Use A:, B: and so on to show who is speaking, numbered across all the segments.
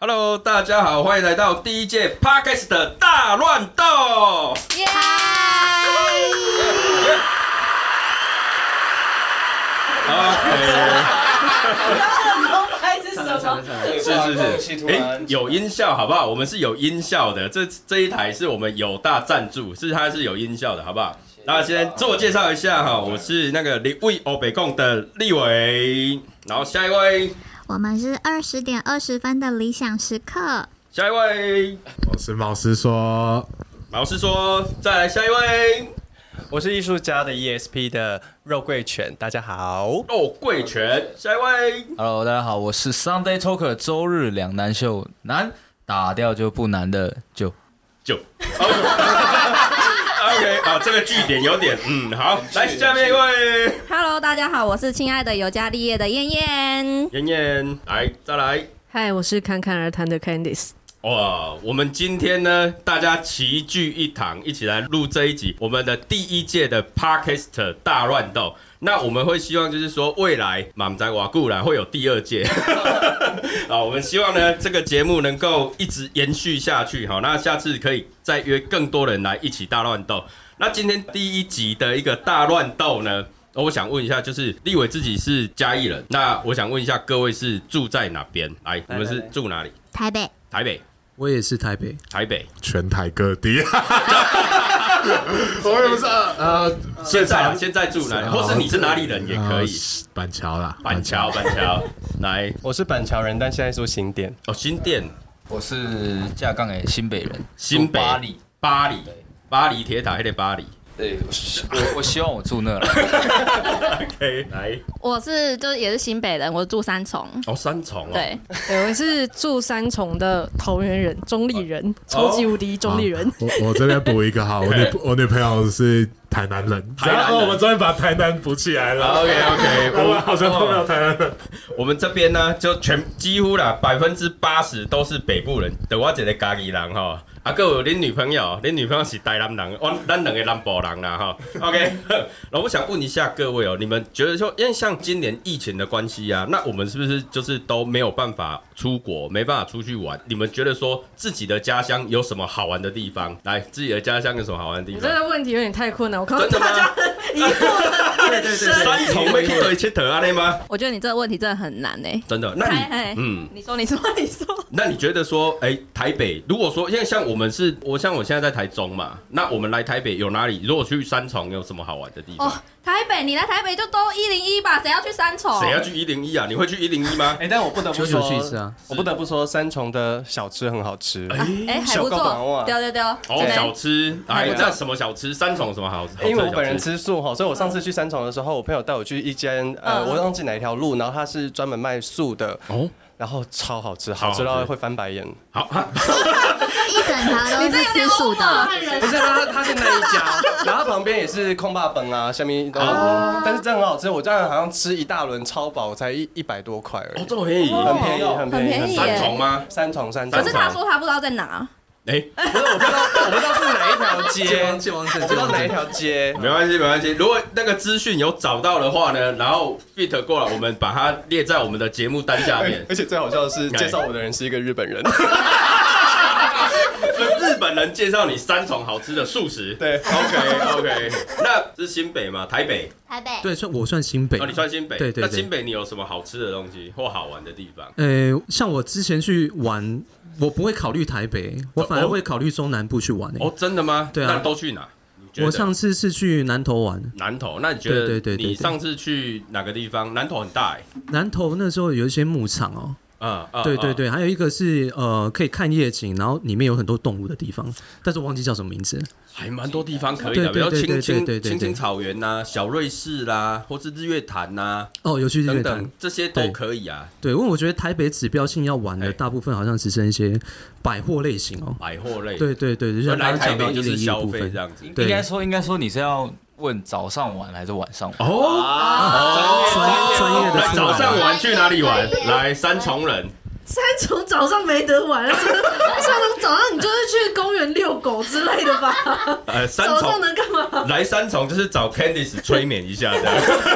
A: Hello，大家好，欢迎来到第一届 Podcast 的大乱斗。
B: 耶！
A: OK，
C: 拍是什么？
A: 是是是，哎，有音效好不好？我们是有音效的，这这一台是我们友大赞助，是它是有音效的，好不好？那先自我介绍一下哈，我是那个立为欧北贡的立伟，然后下一位，
B: 我们是二十点二十分的理想时刻。
A: 下一位，
D: 我是毛师说，
A: 老师说，再来下一位，
E: 我是艺术家的 ESP 的肉桂犬，大家好。
A: 肉桂犬，下一位，
F: Hello，大家好，我是 Sunday Talker 周日两难秀，难打掉就不难的就
A: 九。OK，好，这个据点有点，嗯，好，来下面一位，
B: Hello，大家好，我是亲爱的尤加利叶的燕燕。
A: 妍妍，来，再来。
C: 嗨，我是侃侃而谈的 Candice。
A: 哇，我们今天呢，大家齐聚一堂，一起来录这一集我们的第一届的 Parkest 大乱斗。那我们会希望就是说，未来满仔瓦固啦会有第二届。 啊，我们希望呢这个节目能够一直延续下去。好，那下次可以再约更多人来一起大乱斗。那今天第一集的一个大乱斗呢，哦我想问一下，就是立伟自己是嘉义人，那我想问一下各位是住在哪边？来，你们是住哪里？
B: 台北，
A: 台北。
G: 我也是台北，
A: 台北，
D: 全台各地， 我也不是呃，呃
A: 现在啊，现啊在住哪里？或是你是哪里人也可以。
D: 呃板桥啦，
A: 板桥，板桥，来
E: 我是板桥人，但现在住新店。
A: 哦，新店，
F: 我是架杠诶新北人，
A: 新北
F: 住巴黎。
A: 巴黎，巴黎铁塔，还得巴黎。
F: 对，我我希望我住那了。
A: OK，来，
B: 我是就是也是新北人，我住三重。
A: 哦，三重哦，，
B: 对，
C: 对，我是住三重的桃园人，中立人，超级无敌中立人。
D: 我我这边补一个哈，我 女我女朋友是台南人，
A: 台南人
D: 然后我们终于把台南补起来了。
A: OK，OK，
D: 我们好像碰到台南人，
A: 我们这边呢，就全几乎啦，百分之八十都是北部人，得我一个家己人吼。啊，还有恁女朋友，恁女朋友是台南人，我咱两个南部人啦哈。OK，然后我想问一下各位哦、你们觉得说，因为像今年疫情的关系啊，那我们是不是就是都没有办法出国，没办法出去玩？你们觉得说自己的家乡有什么好玩的地方？来，自己的家乡有什么好玩的地
C: 你
A: 方
C: 这？个问题有点太困难，我看到
A: 真的吗
C: 大家疑惑的眼神。
A: 三重没去对佚佗安尼吗？
B: 我觉得你这个问题真的很难欸诶、
A: 真的？那
B: 嗨嗨
A: 你嗯。
B: 你说，你说，你说。
A: 那你觉得说，哎、台北，如果说因为像我们是，我像我现在在台中嘛，那我们来台北有哪里？如果去三重有什么好玩的地方
B: 哦？，台北，你来台北就都一零一吧，谁要去三重？
A: 谁、要？去一零一啊？你会去一零一吗
E: 哎、？但我不得不
G: 久
E: 说，
G: 久去一次啊。
E: 我不得不说，三重的小吃很好吃。
A: 哎、
B: 哎、还
E: 小
B: 不
E: 高档
B: 错
E: 哇，
B: 丢丢丢。
A: 哦，
B: 对
A: 小吃，哎，
E: 对啊
A: 这什么小吃？三重有什么好？好吃的
E: 因为我
A: 小
E: 本人吃素哈，所以我上次去三重的时候，我朋友带我去一间呃，
B: 嗯
E: 我忘记哪一条路，然后它是专门卖素的，
A: 哦，
E: 然后超好吃，
A: 超好
E: 好
A: 吃
E: 吃到会翻白眼。
A: 好啊，
H: 一整条都是吃素的，
E: 不是他，他是那一家， 然后它旁边也是空霸本啊，下面都有
A: 哦
E: 但是真的很好吃，我这样好像吃一大轮超饱，才一一百多块而
A: 哦
E: 已，，
A: 这么便宜，
E: 很便宜，很
B: 哦很便
E: 便
B: 宜
E: 宜。
A: 三重吗？
E: 三重三重，
B: 可是他说他不知道在哪，
A: 哎、
E: 不是我不知道，我不知道是哪一条街，
G: 健忘症
E: 我不知道哪一条街。
A: 没关系，没关系。如果那个资讯有找到的话呢，然后 fit 过来，我们把它列在我们的节目单下面。
E: 哎
A: 哎
E: 而且最好笑的是，介绍我的人是一个日本人，
A: 日本人介绍你三重好吃的素食。
E: 对，
A: OK OK，那是新北嘛？台北？
H: 台北
G: 对，算我算新北。啊
A: 哦，你算新北？
G: 对对
A: 那
G: 对
A: 新北你有什么好吃的东西或好玩的地方？
G: 呃，像我之前去玩，我不会考虑台北，我反而
A: 哦
G: 会考虑中南部去玩、欸。
A: 哦，真的吗？
G: 对啊
A: 那都去哪？你觉得嗯
G: 我上次是去南投玩，
A: 南投，那你觉得？
G: 对对对对对
A: 你上次去哪个地方？南投很大哎。
G: 南投那时候有一些牧场哦、
A: 嗯嗯
G: 对对。对，还有一个是呃可以看夜景，然后里面有很多动物的地方，但是我忘记叫什么名字。
A: 还蛮多地方可以
G: 对
A: 的，
G: 对
A: 比如
G: 对
A: 青
G: 对
A: 青
G: 对对对
A: 青青草原呐、小瑞士啦，或是日月潭呐
G: 哦，有去日
A: 等
G: 月
A: 等
G: 潭。，
A: 这些都
G: 对
A: 可以啊。
G: 对，因为我觉得台北指标性要玩
A: 哎
G: 的大部分好像只剩一些百货类型哦、
A: 百货类，
G: 对对对，就
A: 所以
G: 像
A: 来
G: 刚刚
A: 台
G: 讲到
A: 北
G: 一
A: 就
G: 零
A: 是
G: 一
A: 消
G: 部
A: 费
G: 分
A: 这。样子。
G: 对
F: 应该说，应该说你是要问早上玩还是晚上玩？
A: 哦，
G: 专业专业的
A: 来
G: 出
A: 早
G: 来
A: 上
G: 了
A: 玩去哪里玩？
H: 专 业
A: 来三重人，
C: 三重早上没得 玩啊，真的三重早上你就是去公园遛狗之类的吧？
A: 呃，三
C: 早上
A: 重
C: 能干嘛？
A: 来三重就是找 Candice 催眠一下这样。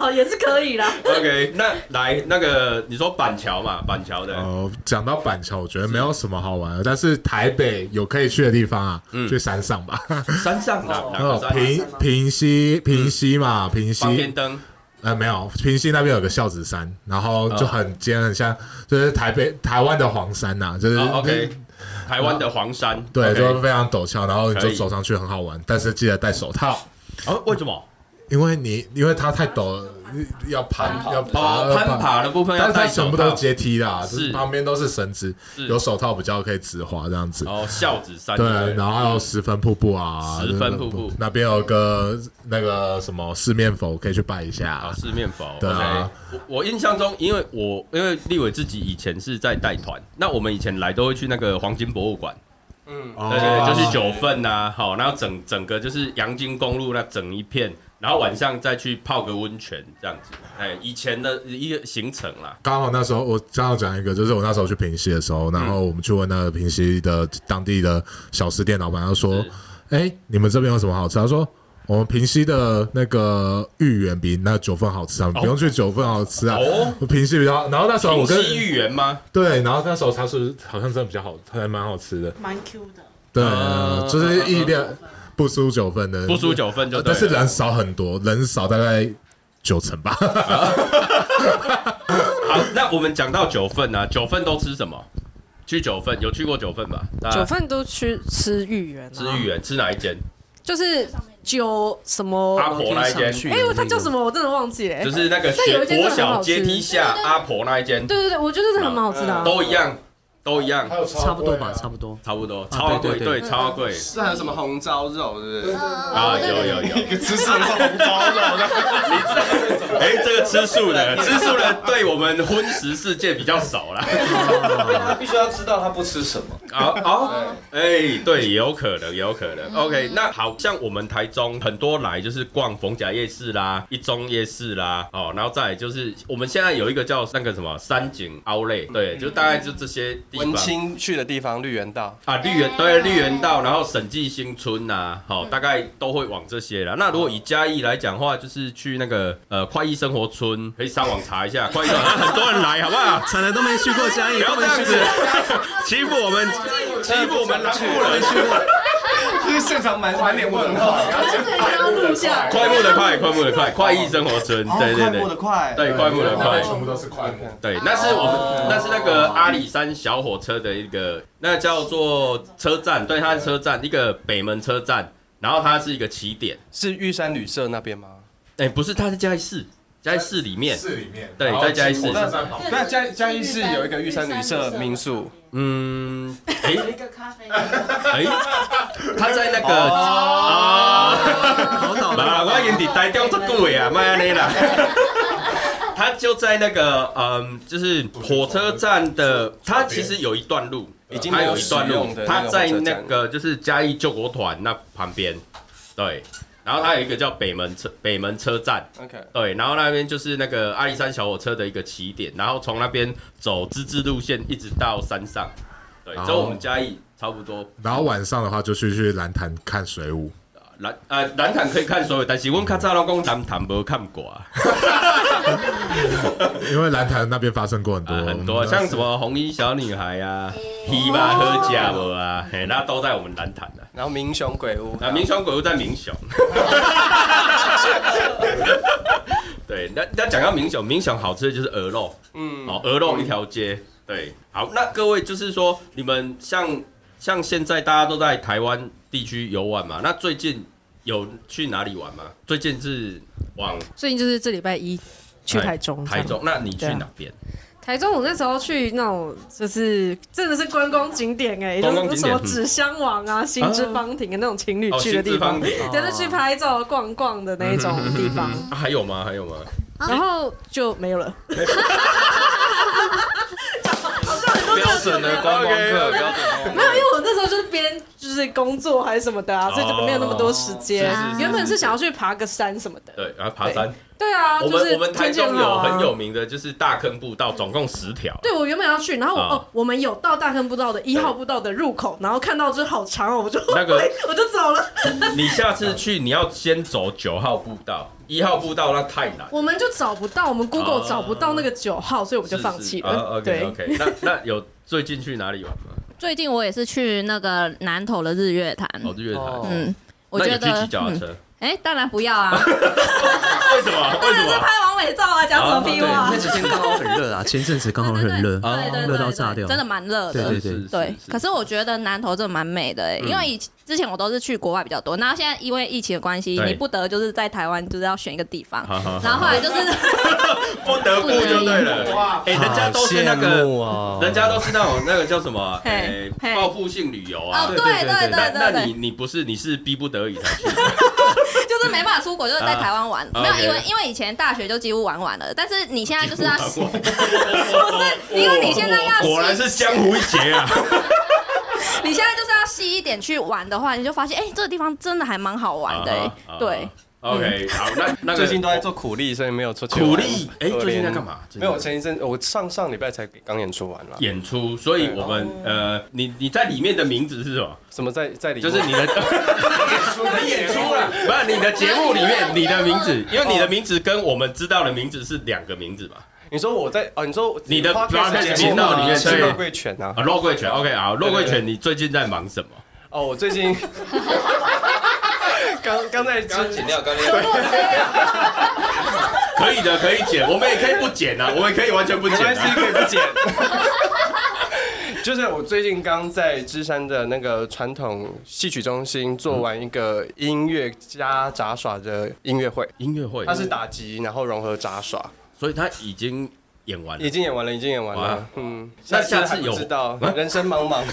C: 哦，也是可以啦。
A: OK，那来那个你说板桥嘛，板桥的，嗯
D: 呃，讲到板桥，我觉得没有什么好玩的，但是台北有可以去的地方啊，去山上吧。
A: 山上啊嗯哪哪个
D: 呃，
A: 山？
D: 平平溪，平溪嘛，平
A: 方天
D: 溪，
A: 灯
D: 呃，没有，平溪那边有个孝子山，然后就很尖，很像，就是台北台湾的黄山呐，就是
A: 哦，OK，台湾的黄山，
D: 对，
A: OK
D: 就是非常陡峭，然后你
A: 可
D: 就
A: 以
D: 走上去很好玩，但是记得戴手套，
A: 哦，为什么？
D: 因为你因为它太陡了，你要攀要爬
A: 哦，攀爬的部
D: 啊
A: 分
D: 但是
A: 要
D: 它
A: 戴
D: 全
A: 手
D: 部都是
A: 套。
D: 阶梯啦，就是是旁边都是绳子，
A: 是
D: 有手套比较可以直滑这样子。
A: 哦，孝子山
D: 对
A: 不，
D: 然后还有十分瀑布啊，
A: 十分瀑布
D: 那边有个那个什么四面佛，可以去拜一
A: 啊，
D: 下。
A: 四面佛。
D: 对啊
A: OK，我我印象中，因为我因为立伟自己以前是在带团，那我们以前来都会去那个黄金博物馆，
D: 哦
A: 对对，就是九份呐、好，然后整整个就是阳金公路那整一片，然后晚上再去泡个温泉这样子，哎，以前的一个行程啦，
D: 刚好那时候我刚好讲一个，就是我那时候去平溪的时候，然后我们去问那个平溪的当地的小吃店老板，他说
A: 是：“
D: 哎，你们这边有什么好吃？”他说。我们平溪的那个芋圆比那九份好吃啊，你不用去九份好吃啊。
A: 哦
D: 我平溪比较，然后那时候我
A: 平
D: 跟
A: 西芋圆吗？
D: 对，然后那时候它是好像真的比较好，还蛮好吃的。
I: 蛮 Q 的。
D: 对，
A: 啊
D: 就是意料不输九份的，
A: 不输九份就
D: 呃
A: 对
D: 但
A: 了
D: 是人少很多，人少大概九成吧。
A: 好，那我们讲到九份啊，九份都吃什么？去九份有去过九份吧？大家
C: 九份都去吃芋圆、啊，
A: 啊吃芋圆，吃哪一间？
C: 就是九什么？
A: 阿婆那一间，
C: 哎、它叫什么？我真的忘记了、
A: 就是那个
C: 哎但有
A: 学
C: 一间真
A: 国
C: 的很
A: 小
C: 好吃
A: 阶梯下阿婆那一间，
C: 对对对，我觉得这个蛮好吃的、啊。
A: 都一样，都一样，
G: 差不多吧，差不多。
A: 差不多，超
G: 对
A: 贵，
G: 对
B: 嗯
A: 对，超贵
E: 是还有什么红糟肉，是不是？
A: 啊，有有有。
E: 嗯 一个吃什么红糟肉的？
A: 哎、这个吃素的，吃素的对我们荤食世界比较少啦。
E: 他 必须要知道他不吃什么。
A: 啊哦，哎、对，有可能，有可能。OK，那好像我们台中很多来就是逛逢甲夜市啦、一中夜市啦，哦，然后再来就是我们现在有一个叫那个什么三井凹类，对，就大概就这些地
E: 文
A: 方。
E: 青去的地方，绿园道。
A: 啊，绿园对绿园道，然后审计新村呐、好、大概都会往这些啦。那如果以嘉义来讲的话，就是去那个呃快意生活村，可以上网查一下快意生活村，很多人来，好不好？
G: 惨了，都没去过嘉义，
A: 不要
G: 都
A: 这
G: 没
A: 样
G: 去
A: 子
G: 过。
A: 欺负我们，欺负我们南部人。
E: 其实现场满满脸问号。
A: 快木的快，快木的快，快意生活村，对对
E: 哦快
A: 对
E: 过，得
A: 对快
E: 快。
A: 木的快，
D: 全部都是快木。
A: 对，那是我们，那是那个阿里山小火车的一个，那叫做车站，对，它是车站，一个北门车站，然后它是一个起点，
E: 是玉山旅社那边吗？
A: 哎，不是，它是嘉义市，嘉义市里面，
D: 市里面，
A: 对再加一次
E: 对，嘉嘉义市有一个玉山哦旅社民宿，
A: 嗯，哎
I: 有一个咖啡，
A: 哎，它在那个
E: 哦
A: 啊。
G: 好倒
A: 好啦，我已经伫台中足久的啊，莫安尼啦。他就在那个嗯，就是火车站的，他其实有一段路，
E: 已经
A: 它
E: 没
A: 有
E: 有
A: 一
E: 使
A: 段路
E: 用的，那
A: 他
E: 个火车
A: 在
E: 站
A: 那个就是嘉义救国团那旁边，对。然后它有一个叫北门车北门车站，
E: OK，
A: 对，然后那边就是那个阿里山小火车的一个起点，然后从那边走自治路线一直到山上，对，
D: 哦
A: 走我们嘉义差不多
D: 然后晚上的话就去去蓝潭看水 舞，
A: 蓝呃蓝潭可以看所有，但是我较早拢讲蓝潭无看过啊，
D: 因为蓝潭那边发生过很多嗯
A: 啊很多啊像什么红衣小女孩啊、
E: 嗯
A: 希巴喝假无啊，嘿，那都在我们蓝潭啊。
E: 然后民雄鬼屋，
A: 啊，民雄鬼屋在民 雄。对，那那讲到民雄，民雄好吃的就是鹅肉，
E: 嗯
A: 哦，鹅肉一条街。对，好，那各位就是说，你们像像现在大家都在台湾地区游玩嘛，那最近有去哪里玩吗？最近是往
C: 最近就是这礼拜一去
A: 台
C: 台中，
A: 台中，那你去
C: 对啊
A: 哪边？
C: 台中，我那时候去那种就是真的是观光景点
I: 欸
C: 哎、
A: 观光
C: 就是
A: 景
C: 什
A: 点嗯
C: 么纸箱网啊、新之芳庭的那种情侣
A: 哦，
C: 去的
A: 新
C: 地
A: 资
C: 方
A: 方，哦点。
C: 就是去拍照、逛逛的那种地方，
A: 啊还有吗？还有吗？
C: 然后就没有了。
A: 标准的观光客，标准
C: 没有，因为我那时候就是边就是
I: 就是工作还是什么的啊，所以就没有那么多时间
A: 哦是是是。
I: 原本是想要去爬个山什么的，
A: 对，然后爬山，
I: 对啊，
A: 我
I: 就
A: 们
I: 是
A: 我们台
I: 天气
A: 中
I: 好
A: 有
I: 啊
A: 很有名的就是大坑步道，总共十条。
I: 对，我原本要去，然后我、
A: 啊
I: 哦，我们有到大坑步道的一号步道的入口，然后看到就是好长哦，我就
A: 那个
I: 我就走了。
A: 你下次去你要先走九号步道，一号步道那太难。
I: 我们就找不到，我们 Google
A: 啊
I: 找不到那个九号，所以我们就放弃了。
A: OK
I: 对，
A: OK，那那有最近去哪里玩吗？
B: 最近我也是去那个南投的日月潭，
A: 哦，日月潭。
E: 哦
B: 嗯，我
A: 那
B: 觉
A: 你去
B: 得
A: 骑，脚踏车？
B: 哎、当然不要啊，
A: 为什么？为
B: 当
A: 什
B: 然是
A: 么？
B: 拍完美照啊，讲什么屁话、
G: 那几天刚好很热啊，前阵子刚好很热，哦
A: 哦
B: 对对对
G: 热到
B: 对
G: 炸掉，
B: 真的蛮热的。
G: 对对
A: 是
B: 对，可是我觉得南投真的蛮美的、
A: 嗯
B: 欸，因为以之前我都是去国外比较多，那现在因为疫情的关系，
A: 对
B: 你不得就是在台湾就是要选一个地方，
A: 好好好
B: 然后后来就是
A: 不得不就对了。哎，人家都是那
E: 好羡
A: 个，
E: 慕啊
A: 人家都是那种那个叫什么啊？哎
B: 嘿，嘿
A: 报复性旅游啊
B: 哦，。对对
A: 那
B: 对对
A: 那你
B: 对，
A: 你不是你是逼不得已才去的，
B: 就是没办法出国，就是在台湾玩，
A: 啊
B: 没有
A: OK
B: 因为因为以前大学就几乎玩完了，但是你现在就是要，
A: 不
B: 因为你现在要
A: 果然是江湖一绝啊！
B: 你现在就是要细一点去玩的话，你就发现哎、这个地方真的还蛮好玩的、欸，
A: 啊
B: 对。。
A: 啊啊 OK，好，那那个
E: 最近都在做苦力，所以没有出去玩。
A: 苦力，哎，
E: 可怜
A: 最近在干？嘛？
E: 没有，我前一阵我上上礼拜才刚演出完了。
A: 演出，所以我们呃，你你在里面的名字是什么？
E: 什么在在里面？
A: 就是你的
E: 演出
A: 不是你的节目里面你的名字，因为你的名字跟我们知道的名字是两个名字吧？
E: 你说我在哦，你说我
A: 你的 podcast
E: 节
A: 频
E: 目吗
A: 道里面
E: 是
A: 对
E: 肉桂犬啊
A: 啊，？肉桂犬，OK 好，肉桂
E: 对
A: 犬，你最近在忙什么？
E: 哦，我最近刚刚在刚剪掉，刚
A: 可以的，可以剪，我们也可以不剪啊，我们也可以完全不
E: 没
A: 剪
E: 关系，
A: 啊。
E: 可以不剪。 就是我最近刚在芝山的那个传统戏曲中心做完一个音乐加杂耍的音乐会，
A: 音乐会，
E: 它是，打击，然后融合杂耍，
A: 所以他已经演完
E: 已
A: 了。
E: 经演完了，已经演完
A: 哇
E: 了。嗯，
A: 那下次
E: 还不
A: 有
E: 知道， 人生茫 茫。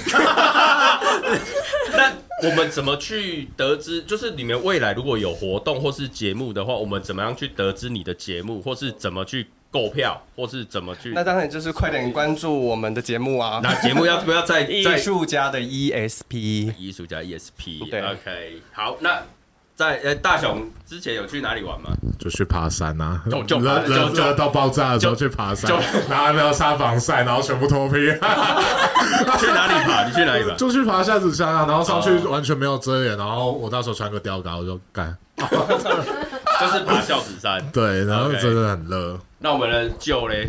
A: 那 我们怎么去得知？就是你们未来如果有活动或是节目的话，我们怎么样去得知你的节目，或是怎么去购票，或是怎么去
E: 那？当然就是快点关注我们的节目啊，
A: 那 节目要不要 再
E: 艺
A: 再
E: 术家的
F: E
E: ESP。
A: 艺术家 ESP
E: 对
A: OK，好，那在呃大雄之前有去哪里玩吗？
D: 就去爬山啊，
A: 就就
D: 热
A: 就
D: 热
A: 就
D: 热到爆炸的时候
A: 就
D: 去爬山
A: 就，
D: 然后还没有擦防晒，然后全部脱皮，
A: 去哪里 爬？你去哪里爬？
D: 就去爬下子山啊，然后上去
A: 哦
D: 完全没有遮掩，然后我那时候穿个吊嘎，我就干，
A: 就是爬孝子山。
D: 对，然后
A: OK
D: 真的很热，
A: 那我们的舅嘞，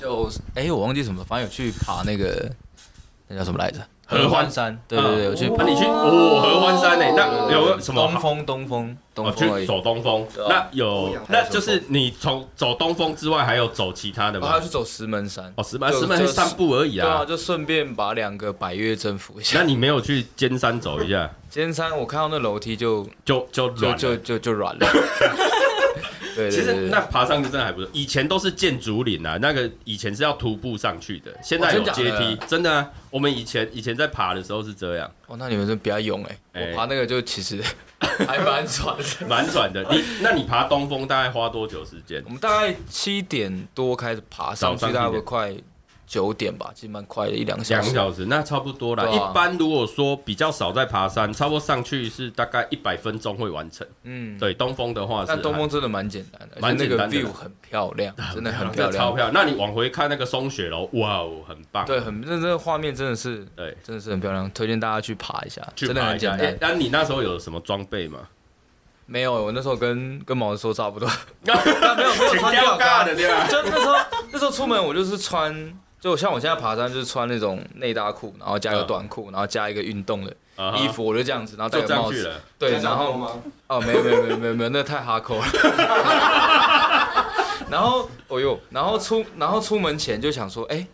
F: 就哎、我忘记什么，反正有去爬那个那叫什么来着？
A: 合欢
F: 山，对对对，我去
A: 那
F: 爬。
A: 你去哦合欢山呢？那有没有什么
F: 东
A: 好？
F: 风？东风，
A: 哦
F: 东风而
A: 去
F: 已。啊
A: 走东风，
F: 哦
A: 那有，那就是你从走东风之外，还有走其他的
F: 我还要
A: 吗？
F: 去哦走石门山。
A: 哦，石门
F: 就
A: 石门
F: 就
A: 山散步而已
F: 对啊，
A: 啦。
F: 就顺便把两个百越征服一
A: 那
F: 下。
A: 你没有去尖山走一下，
F: 尖山我看到那楼梯就
A: 就就
F: 就
A: 软
F: 就
A: 了。
F: 就就软了。对对对对
A: 其实那爬上去真的还不错，以前都是建竹林啊，那个以前是要徒步上去的，现在有
F: 哦真假
A: 阶
F: 的
A: 梯，真的啊。我们以前以前在爬的时候是这样，
F: 哦，那你们真比较勇哎、
A: 哎
F: 我爬那个就其实 还蛮喘的。
A: 蛮喘的。你那你爬东峰大概花多久时间
F: 我？们大概七点多开始爬上
A: 早上
F: 去，
A: 七点
F: 大概快九点吧，其实蛮快的，一两个小
A: 两
F: 时。
A: 小时，那差不多啦。
F: 对啊
A: 一般如果说比较少在爬山，差不多上去是大概一百分钟会完成。
F: 嗯，
A: 对，东峰的话是
F: 但东峰真的蛮简单的，
A: 蛮
F: 而且那个
A: 简单的
F: view 很漂亮，真的很
A: 这
F: 漂
A: 超
F: 亮。
A: 漂亮。那你往回看那个松雪楼，哇哦，很棒。
F: 对，很认真的画面真的是，
A: 对，
F: 真的是很漂亮，推荐大家去爬一下，
A: 去
F: 真的
A: 爬
F: 很
A: 一
F: 简
A: 下。哎
F: 单。
A: 那你那时候有什么装备吗？
F: 没有，我那时候跟跟毛子说差不 多，
A: 没有没有，
F: 穿吊嘎
A: 的对吧？
F: 就那时候那时候出门我就是穿，就像我现在爬山就是穿那种内搭裤，然后加个短裤，然后加一个运动的
A: 啊哈
F: 衣服，我就这样子，然后戴
A: 哦就这
F: 个
A: 样
F: 帽
A: 去
F: 子，
A: 了。
F: 对，然后
E: 吗？
F: 哦，没有没有没有没有没有，那太哈扣了。 然后，哦呦，然后出然后出门前就想说，哎、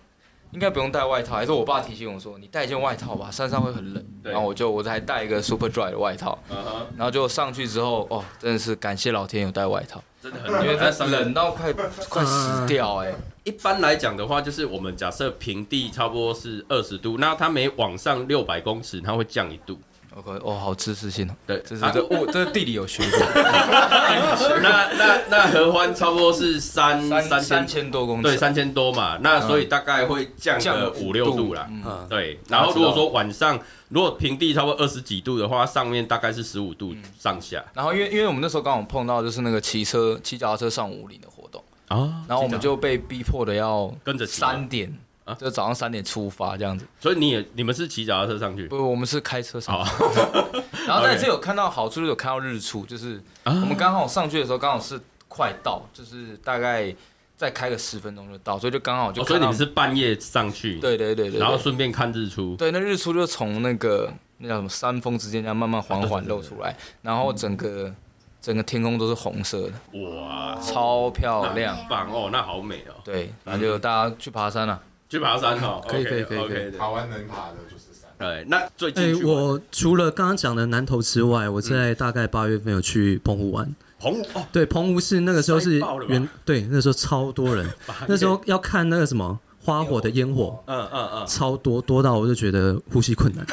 F: 应该不用带外套，还是我爸提醒我说，你带一件外套吧，山上会很冷。
A: 对
F: 然后我就我还带一个 Super Dry 的外套，
A: 嗯哼，
F: 然后就上去之后，哦，真的是感谢老天有带外套，
A: 真的很
F: 因为
A: 在上面
F: 冷到快快
A: 嗯
F: 死掉哎、
A: 一般来讲的话，就是我们假设平地差不多是二十度，那它每往上六百公尺，它会降一度。
F: OK，哦，好知识性哦。
A: 对
F: 这是
A: 啊
F: 这我这地理有学过，
A: 那那那合欢差不多是三
F: 三
A: 千
F: 三千多公尺，
A: 对，三千多嘛，那所以大概会降个
F: 降
A: 五六度啦。
F: 嗯
G: 嗯，
A: 对，然后如果说晚上如果平地差不多二十几度的话，上面大概是十五度上下
F: 然后因为因为我们那时候刚好碰到就是那个骑车骑脚踏车上五岭的活动，
A: 啊。
F: 然后我们就被逼迫的要
A: 跟着骑吗
F: 三点
A: 啊，
F: 就早上三点出发这样子。
A: 所以你也你们是骑脚踏车上去
F: 不，我们是开车上
A: 哦
F: 去。 然后但
A: OK
F: 是有看到好处，就是有看到日出，就是
A: 啊
F: 我们刚好上去的时候刚好是快到，就是大概再开个十分钟就到，所以就刚好就
A: 哦所以
F: 看
A: 你
F: 到。
A: 们是半夜上去，，
F: 对对对对对，
A: 然后顺便看日出。
F: 对，那日出就从那个那叫什么山峰之间这样
A: 啊
F: 慢慢缓缓露出来，然后整个整个天空都是红色的，
A: 哇，
F: 超漂亮。
A: 很棒哦，那好美哦，
F: 对，然后就大家去爬山啊了。
A: 去爬山哦，
G: 可以可以可以
A: OK，
G: 可以
A: OK，
D: 台
A: 好，
D: 湾能爬的就是山。
A: 对，那最
G: 哎、
A: 近去玩
G: 我除了刚刚讲的南投之外，我在大概八月份有去澎湖玩。
A: 澎湖哦，
G: 对，澎湖是那个时候是
A: 塞爆了吧
G: 原对那时候超多 人，那时候要看那个什么花火的烟火，
A: 嗯嗯嗯，
G: 超多多到我就觉得呼吸 困难，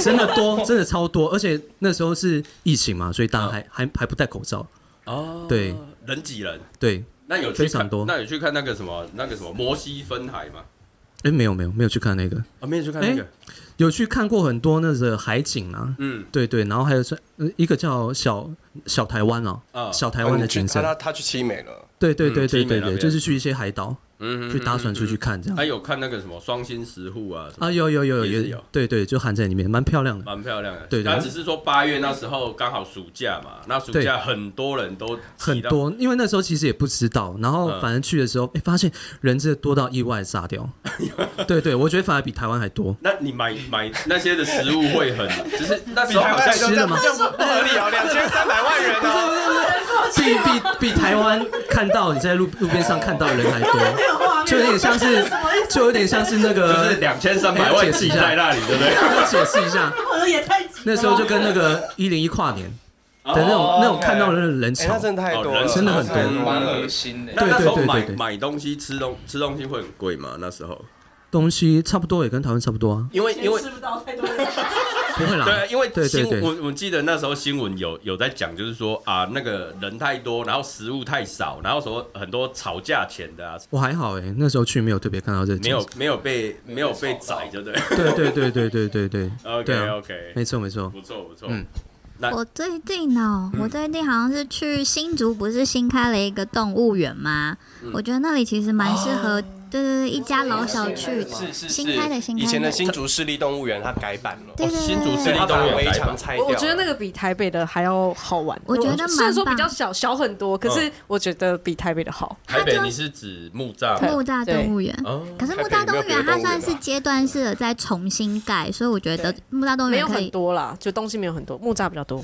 G: 真的多，真的超多，而且那时候是疫情嘛，所以大家还、还还不戴口罩，
A: 嗯哦，
G: 对，
A: 人挤人，
G: 对，
A: 那有
G: 非
A: 去看
G: 常多
A: 那有去看那个什么那个什么摩西分海吗？
G: 哎、没有没有没有去看那个，
A: 啊，没有去看
G: 那个，有去看过很多那个海景啊，
A: 嗯
G: 对对，然后还有是呃一个叫小小台湾哦，
E: 嗯
A: 啊，
G: 小台湾的景色
E: 他，他他哦去七美了，
G: 对对对
A: 嗯
G: 对
A: 七美
G: 对
A: 那
G: 对，
A: 边
G: 就是去一些海岛
A: 嗯
G: 去搭船出去，看这样
A: 还有看那个什么双星石户啊，什么
G: 啊，有有有
A: 也
G: 有
A: 是有
G: 对对，就含在里面，蛮漂亮的。
A: 蛮漂亮的。
G: 对对
A: 那只是说八月那时候刚好暑假嘛，那暑假很多人都
G: 很
A: 挤到，
G: 多，因为那时候其实也不知道，然后
A: 嗯
G: 反正去的时候，哎、发现人真的多到意外炸 掉。对对，我觉得反而比台湾还多。
A: 那你买买那些的食物会 很，只是那时候好像
G: 吃了吗？
E: 这样不合
A: 啊
E: 理哦，两千三百万人哦，
G: 比比比台湾看到你在路路边上看到的人还多，就有点像是，就有点像是那
A: 就
G: 个哎
A: 是，两千三百万
G: 解释
A: 挤
G: 一下
A: 在那里，对不对？
G: 我解释一下，
I: 也太挤了吧
G: 那时候就跟那个一零一跨年的那种、
E: 哦
G: 那种
E: OK
G: 看到的人
E: 哎，
G: 潮
E: 那，真的太多
A: 哦
E: 了，
A: 人
G: 真的很多
E: 蛮恶心
F: 心的
A: 那那时候
G: 对对对
A: 买
G: 对对
A: 买东西吃东吃东西会很贵吗？那时候，
G: 东西差不多也跟台湾差不多啊，
A: 因为因为
I: 吃不到太多 人，
G: 不会啦。
A: 对啊，因为
G: 对对
A: 新
G: 对
A: 我我记得那时候新闻有有在讲，就是说啊，那个人太多，然后食物太少，然后什么很多吵价钱的啊，
G: 我还好哎、那时候去没有特别看到这个景
A: 没
G: 色
A: 有没有被没有被宰，对不对
G: 对对对对对对对，对
A: ？OK
G: 啊，
A: OK，
G: 没错没错。
A: 不错不错。
G: 嗯
H: 我最近哦，我最近好像是去新竹，不是新开了一个动物园吗？我觉得那里其实蛮适合，对对对，一家老小去的。
E: 是是是，
H: 新开的新开的
E: 以前的新竹市立动物园它改版了，哦
H: 对对对
A: 新竹市
H: 对
A: 立
E: 它
A: 动
E: 把
A: 物园
E: 围
A: 改版
E: 墙拆掉
I: 我
E: 了，
I: 我觉得那个比台北的还要好玩。
H: 我觉得蛮
I: 虽然说比
H: 棒
I: 较小小很多，可是我觉得比台北的好。
A: 台北你是指木栅吗
H: 木栅动物园。
A: 哦，
H: 可是木栅动物园它算是阶段式的在重新盖，所以我觉得
I: 对
H: 木栅动物
I: 没
H: 园
I: 有
H: 可
I: 很
H: 以
I: 多啦，就东西没有很多，木栅比较多。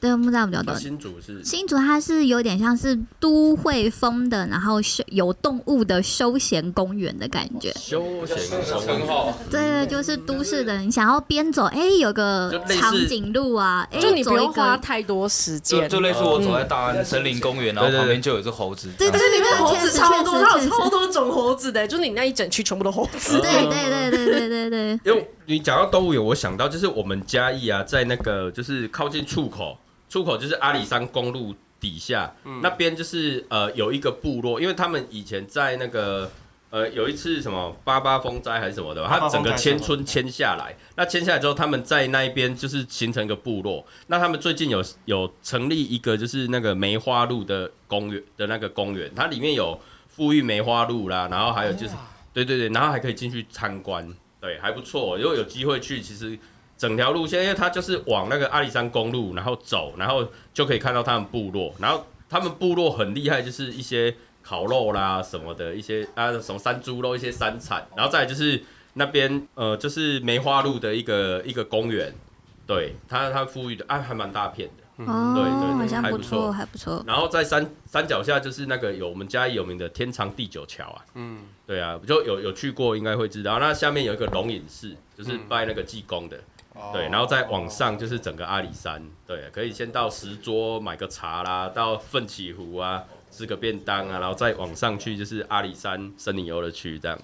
H: 对木栅比较多
A: 那。新竹是
H: 新竹它是有点像是都会风的，然后休有动物的休闲公园的感觉。
A: 休闲
F: 很
A: 公
F: 好，
H: 对对，就是都市的，你想要边走，哎，有个
A: 就类似
H: 长颈鹿啊，哎，
I: 就你不
H: 走一
I: 用花
H: 个，
I: 太多时
F: 就
I: 间，
F: 就类似我走在
A: 嗯
F: 大安森林公园，然后
A: 对对对
F: 旁边就有一只猴子，
H: 对对对，
I: 那猴子超多，它
H: 确
I: 有
H: 实
I: 超多种猴子的，就是你那一整区全部都猴子。
H: 对对对对对对对，
A: 因为你讲到动物园，我想到就是我们嘉义啊，在那个就是靠近出口，出口就是阿里山公路底下、那边，就是呃有一个部落，因为他们以前在那个呃有一次什么八八风灾还是什么的吧，
E: 八
A: 他
E: 八
A: 整
E: 风灾
A: 个迁村迁下来，那迁下来之后，他们在那一边就是形成一个部落。那他们最近有有成立一个就是那个梅花鹿的公园的那个公园，它里面有富裕梅花鹿啦，然后还有就是对对对，然后还可以进去参观，对，还不错。如果有机会去，其实整条路线，因为它就是往那个阿里山公路，然后走，然后就可以看到他们部落。然后他们部落很厉害，就是一些烤肉啦什么的，一些啊什么山猪肉，一些山产，然后再来就是那边呃就是梅花鹿的一个一个公园，对，它它富裕的啊还蛮大片的。对对
H: 哦
A: 对，
H: 好像
A: 还
H: 不
A: 不错
H: 错，还不错。
A: 然后啊在山山脚下就是那个有我们嘉义有名的天长地久桥啊，
E: 嗯，
A: 对啊，就有有去过，应该会知道。啊那下面有一个龙隐寺，就是拜那个济公的，
F: 哦
A: 对。然后再往上就是整个阿里山，对，可以先到石桌买个茶啦，到奋起湖啊吃个便当啊，然后再往上去就是阿里山森林游乐区这样。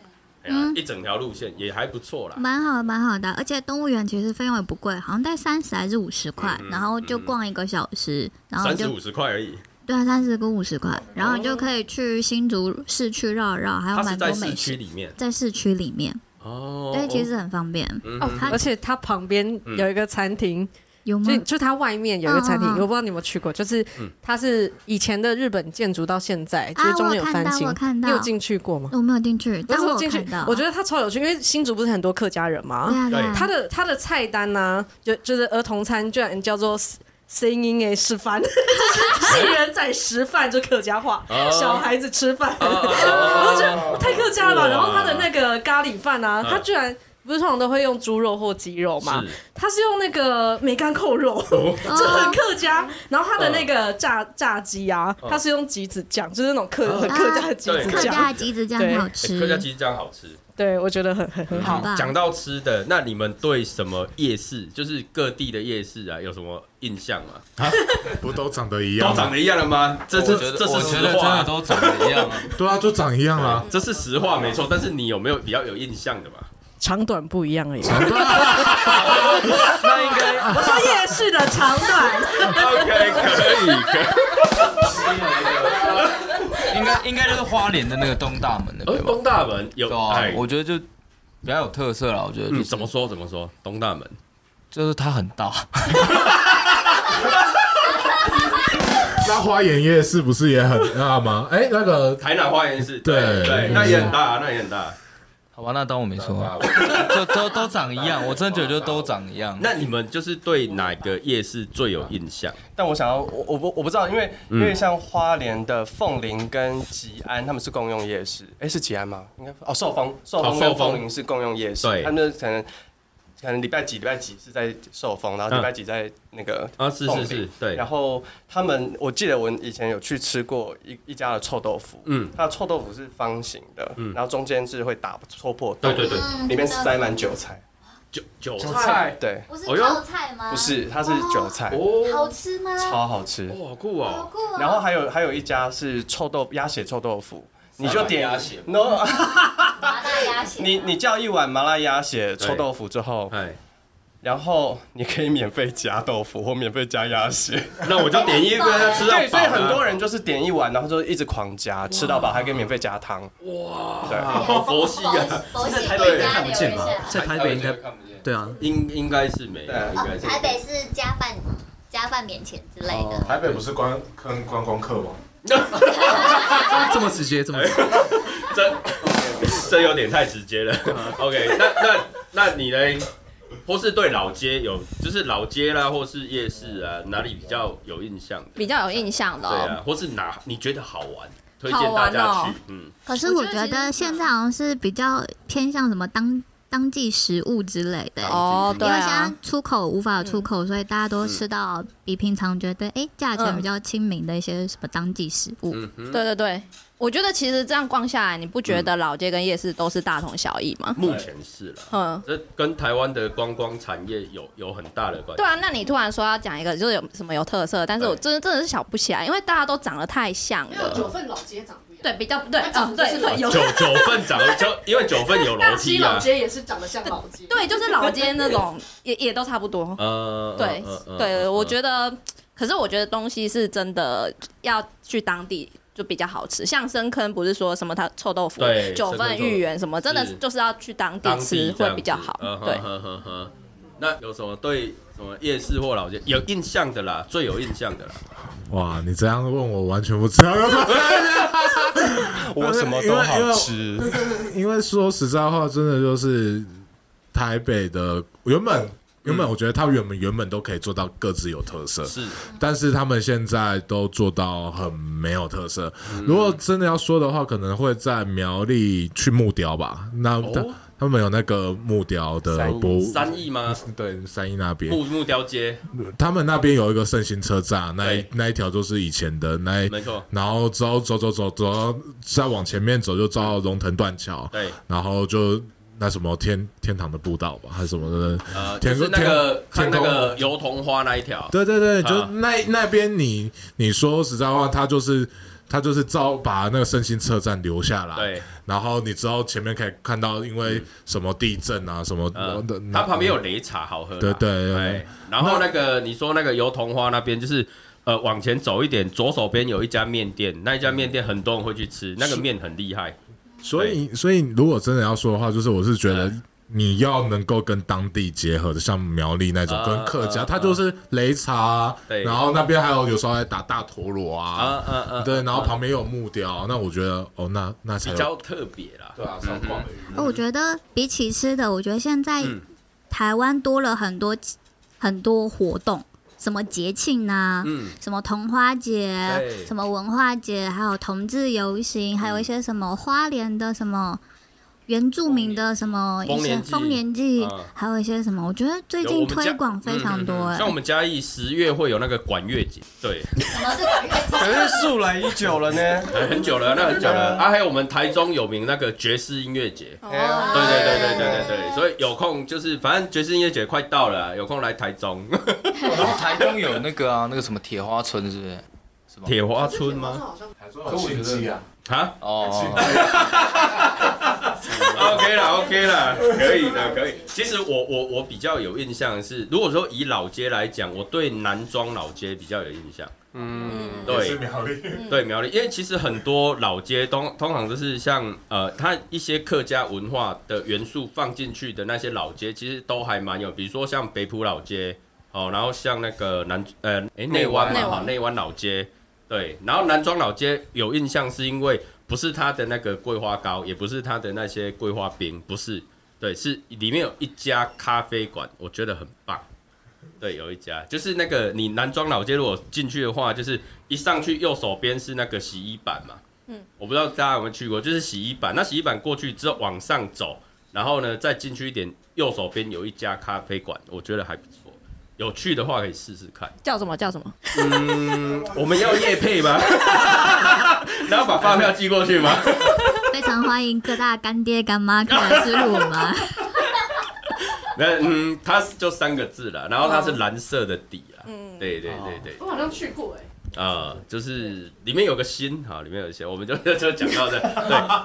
A: 哎呀
H: 嗯
A: 一整条路线也还不错啦。
H: 蛮好的，蛮好的。而且动物园其实费用也不贵，好像在三十还是五十块
A: 嗯，
H: 然后就逛一个小时，然后
A: 三
H: 你
A: 十
H: 就
A: 五十块而 哦已，
H: 对啊，三十跟五十块，然后你就可以去新竹市区绕一绕，还有
A: 它是
H: 蛮
A: 在
H: 多
A: 市
H: 美
A: 区
H: 食。
A: 里面
H: 在市区里面，
A: 哦。
H: 对，其实很方便。
A: 哦
I: 哦
H: 它，
I: 而 且它旁边
A: 嗯
I: 有一个餐厅，
H: 有吗
I: 就？就它外面有一个餐厅，
H: 嗯嗯嗯
I: 我不知道你有没有去过，就是
A: 嗯
I: 它是以前的日本建筑到现在，就
H: 啊
I: 是，中
H: 我
I: 间
H: 有
I: 有
H: 看
I: 翻
H: 到，
I: 新
H: 我，看
I: 你
H: 到
I: 有，进去过吗？
H: 我没有进去，
I: 那
H: 但
I: 时候
H: 我
I: 进
H: 有
I: 去
H: 看到。，
I: 我觉得它超有趣，因为新竹不是很多客家人吗？
H: 对啊，对啊，
I: 他的他的菜单呢、就就是儿童餐居然叫做 s- 声音诶示 范，就是杏仁仔食饭，就客家话，
A: 哦
I: 小孩子吃饭，
A: 哦哦哦
I: 我就觉得太客家了吧。
A: 哇
I: 然后他的那个咖喱饭啊，
A: 嗯
I: 他居然不是通常都会用猪肉或鸡肉嘛，
A: 是
I: 他是用那个梅干扣肉。
H: 哦
I: 就很客家，然后他的那个炸炸鸡啊，
A: 嗯
I: 他是用橘子酱，就是那种客
A: 嗯
I: 很客家的橘
A: 对
I: 子
H: 啊客
I: 酱
H: 家。的鸡子酱
I: 对
H: 好
A: 欸
H: 吃，
A: 客家鸡这样好吃。
I: 对，我觉得很很很好
F: 嗯
H: 很。棒
A: 讲到吃的，那你们对什么夜市，就是各地的夜市啊，有什么印象吗？
D: 不都长得一样
A: 都
D: 吗？
A: 长得一样了吗？这
F: 我
A: 这
F: 觉得
A: 这
F: 我
A: 是
F: 觉
A: 实
F: 得真
A: 话
F: 的
A: 啊，
F: 都长得一样 啊。
D: 对啊，都长一样啊。
A: 这是实话没错。但是你有没有比较有印象的吧？
I: 长短不一样而已。
E: 那应该
I: 我说夜市的长短，
A: OK，可以，
F: 啊
A: 可
F: 应该应该就是花莲的那个东大门的
A: 以。
F: 对吧？
A: 哦东大门有哎
F: 对啊，我觉得就比较有特色了。我觉得就
A: 嗯，
F: 是
A: 怎么说怎么说？东大门，
F: 就是它很大，
D: 那花园夜市不是也很那吗？哎，那个
A: 台南花园是，
D: 对
A: 对，那也很啊大，那也很大。
F: 好吧，那当我没说啊， 就都都长一样。我真的觉得就都长一样。
A: 那你们就是对哪个夜市最有印象？
E: 嗯
A: 嗯
E: 但我想要，我我不我不知道，因为因为像花莲的凤林跟吉安，他们是共用夜市，哎，是吉安吗？应该哦，寿丰寿丰
A: 寿丰
E: 跟凤林是共用夜市
A: 对，
E: 他们可能可能礼拜几礼拜几是在寿丰，然后
A: 嗯
E: 礼拜几在那个
A: 啊，是
E: 凤
A: 是
E: 梨
A: 是，对
E: 然，后他们，我记得我以前有去吃过一一家的臭豆腐，
A: 嗯，
E: 它的臭豆腐是方形的，
A: 嗯
E: 然后中间是会打戳破洞，
A: 对对对，
H: 嗯
E: 里面塞满韭菜，
A: 韭韭
E: 韭菜对，
H: 不是
A: 哦哟
H: 泡菜吗？
E: 不，是，它是韭菜，
H: 好
A: 哦，
H: 吃吗？
E: 超好吃。
A: 哦，好酷
H: 好
A: 哦，
H: 酷啊！
E: 然后还有还有一家是臭豆鸭血臭豆腐，你就点
F: 麻辣鸭血
E: no，
H: 麻辣鸭血，
E: 你你叫一碗麻辣鸭血臭豆腐之后，
A: 哎，
E: 然后你可以免费加豆腐或免费加鸭血。
A: 那我就点一个要吃到
E: 对，所以
A: 饱
E: 很
A: 啊
E: 多人就是点一碗，然后就一直狂加，吃到饱还可以免费加汤。
A: 哇，
E: 对
A: 好佛系 啊，
H: 佛系
A: 台北
H: 加
D: 看不见
H: 流
D: 吧
H: 线
G: 在台北应该
F: 看不见。
G: 对啊，
A: 应应该是没有，
E: 对
A: 应该是没有
H: 哦啊台北是加饭加饭免钱之类的，
D: 哦台北不是观跟观光客吗？
G: 这么直接，这么直接
A: 这这有点太直接了。OK，那
G: 啊
A: 那那你嘞，或是对老街有，就是老街啦，或是夜市啊，哪里比较有印象？
B: 比较有印象的、
A: 对
B: 哦。
A: 啊，或是哪你觉得好玩，啊推
B: 好
A: 荐大
B: 玩
A: 家
B: 哦
A: 去。嗯，
H: 可是我觉得现在好像是比较偏向什么当当季食物之类的。
B: 哦，
H: 因
B: 对
H: 为现在
B: 啊，
H: 出口无法出口，所以大家都吃到比平常觉得哎价钱比较亲民的一些什么当季食物。
A: 嗯 哼。
B: 对对对，我觉得其实这样逛下来，你不觉得老街跟夜市都是大同小异吗？
A: 目前是了，
B: 嗯，
A: 这跟台湾的观光产业有有很大的关系
B: 对。啊，那你突然说要讲一个，就是有什么有特色，但是我
A: 对
B: 真的真的是想不起来，因为大家都长得太像了。
I: 份老街长不一样。
B: 对，比较对，
I: 长
B: 哦，
I: 得就是
B: 对对
I: 有
A: 九九份长，就因为九份有 楼梯啊。
I: 街也是长得像老街
B: 对，
I: 对，
B: 就是老街那种，也也都差不多。
A: 呃，
B: 对对，我觉得，嗯可是我觉得东西是真的要去当地就比较好吃，像深坑不是说什么它臭豆腐
A: 对、
B: 九
A: 深
B: 份
A: 坑臭
B: 芋圆什么，真的
A: 是
B: 就是要去当地
A: 当
B: 吃
A: 地这
B: 会
A: 样
B: 比较
A: 子
B: 好
A: 嗯。哼
B: 对，
A: 哼哼哼那有什么对什么夜市或老街有印象的啦？最有印象的啦，
D: 哇，你这样问我完全不知道。
E: 我什么都好吃，
D: 因为说实在话，真的就是台北的原本原本，我觉得他原本原本都可以做到各自有特色，
A: 是
D: 但是他们现在都做到很没有特色。如果真的要说的话，可能会在苗栗去木雕吧。那
A: 哦
D: 他他们有那个木雕的
E: 三义
D: 博物，
A: 三义吗？
D: 对三义那边，嗯
A: 木木雕街，
D: 他们那边有一个盛行车站，那一
A: 对
D: 那一条就是以前的那一。
A: 没错，
D: 然后之后走走走走，再往前面走就走到龙腾断桥，
A: 对，
D: 然后就那什么天天堂的步道吧，还是什么的，
A: 呃，就
D: 天
A: 是
D: 空
A: 那个看
D: 天
A: 那
D: 空
A: 个油桐花那一条，
D: 对对对，
A: 啊
D: 就那、那边你你说实在话，它就是他就是照把那个圣心车站留下来，
A: 对，
D: 然后你之后前面可以看到，因为什么地震啊，什么
A: 呃
D: 的，，
A: 它旁边有擂茶好喝啦。
D: 对对对
A: 哎然后那个你说那个油桐花那边就是。呃，往前走一点，左手边有一家面店，那一家面店很多人会去吃，那个面很厉害。
D: 所以，所以如果真的要说的话，就是我是觉得
A: 哎
D: 你要能够跟当地结合的，像苗栗那种
A: 啊
D: 跟客
A: 啊
D: 家，它就是擂茶啊，
A: 对
D: 然后那边还有有时候还打大陀螺啊，
A: 啊啊
D: 对，然后旁边又有木雕，那我觉得哦，那那才
A: 比
D: 有
A: 较特别啦。
D: 对啊，少逛了一
H: 哦我觉得比起吃的，我觉得现在
A: 嗯
H: 台湾多了很多很多活动，什么节庆啊，
A: 嗯，
H: 什么桐花节
A: 对，嗯
H: 什么文化节，还有同志游行，还有一些什么花莲的什么原住民的什么一
A: 丰
H: 些
A: 年祭
H: 丰年祭
A: 啊，
H: 还有一些什么，我觉得最
A: 有我
H: 近
A: 们家嗯
H: 推广非常多。哎
A: 像我们嘉义十月会有那个管乐节，对，
H: 什么是管乐
E: 可
H: 节？
E: 是素来已久了呢。
A: 哎很久了，那很久了。
E: 嗯
A: 啊，还有我们台中有名那个爵士音乐节，
H: 哦
E: 哎
A: 对对对对对对对，
H: 哎
A: 所以有空就是，反正爵士音乐节快到了啊，有空来台 中
F: 然后台东有那个啊，那个什么铁花村是不是？
A: 铁花村吗？
C: 好像
D: 可我觉得
A: 啊
F: 哦，
A: ，OK 啦 OK 啦，可以的可以。其实我我我比较有印象的是，如果说以老街来讲，我对南庄老街比较有印象。
E: 嗯，
A: 对，
D: 苗栗，
A: 对苗栗，因为其实很多老街通通常就是像呃，它一些客家文化的元素放进去的那些老街，其实都还蛮有，比如说像北浦老街哦，然后像那个南呃诶内湾嘛
B: 内湾
A: 哈内湾老街，对，然后南庄老街有印象是因为不是它的那个桂花糕，也不是它的那些桂花冰，不是，对，是里面有一家咖啡馆，我觉得很棒。对，有一家就是那个你南庄老街，如果进去的话，就是一上去右手边是那个洗衣板嘛，嗯
B: 嗯，
A: 我不知道大家有没有去过，就是洗衣板。那洗衣板过去之后往上走，然后呢再进去一点，右手边有一家咖啡馆，我觉得还不错，有去的话可以试试看。
B: 叫什么叫什么？
A: 嗯，我们要夜配吗？ 然后把发票寄过去 吗？
H: 非常欢迎各大干爹干妈可来支持我 们。
A: 那嗯，它就三个字了，然后它是蓝色的底啦，
B: 嗯
A: 对对对对。
C: 我好像去过哎、
A: 啊、就是里面有个心哈，里面有一些，我们就就讲到这。对，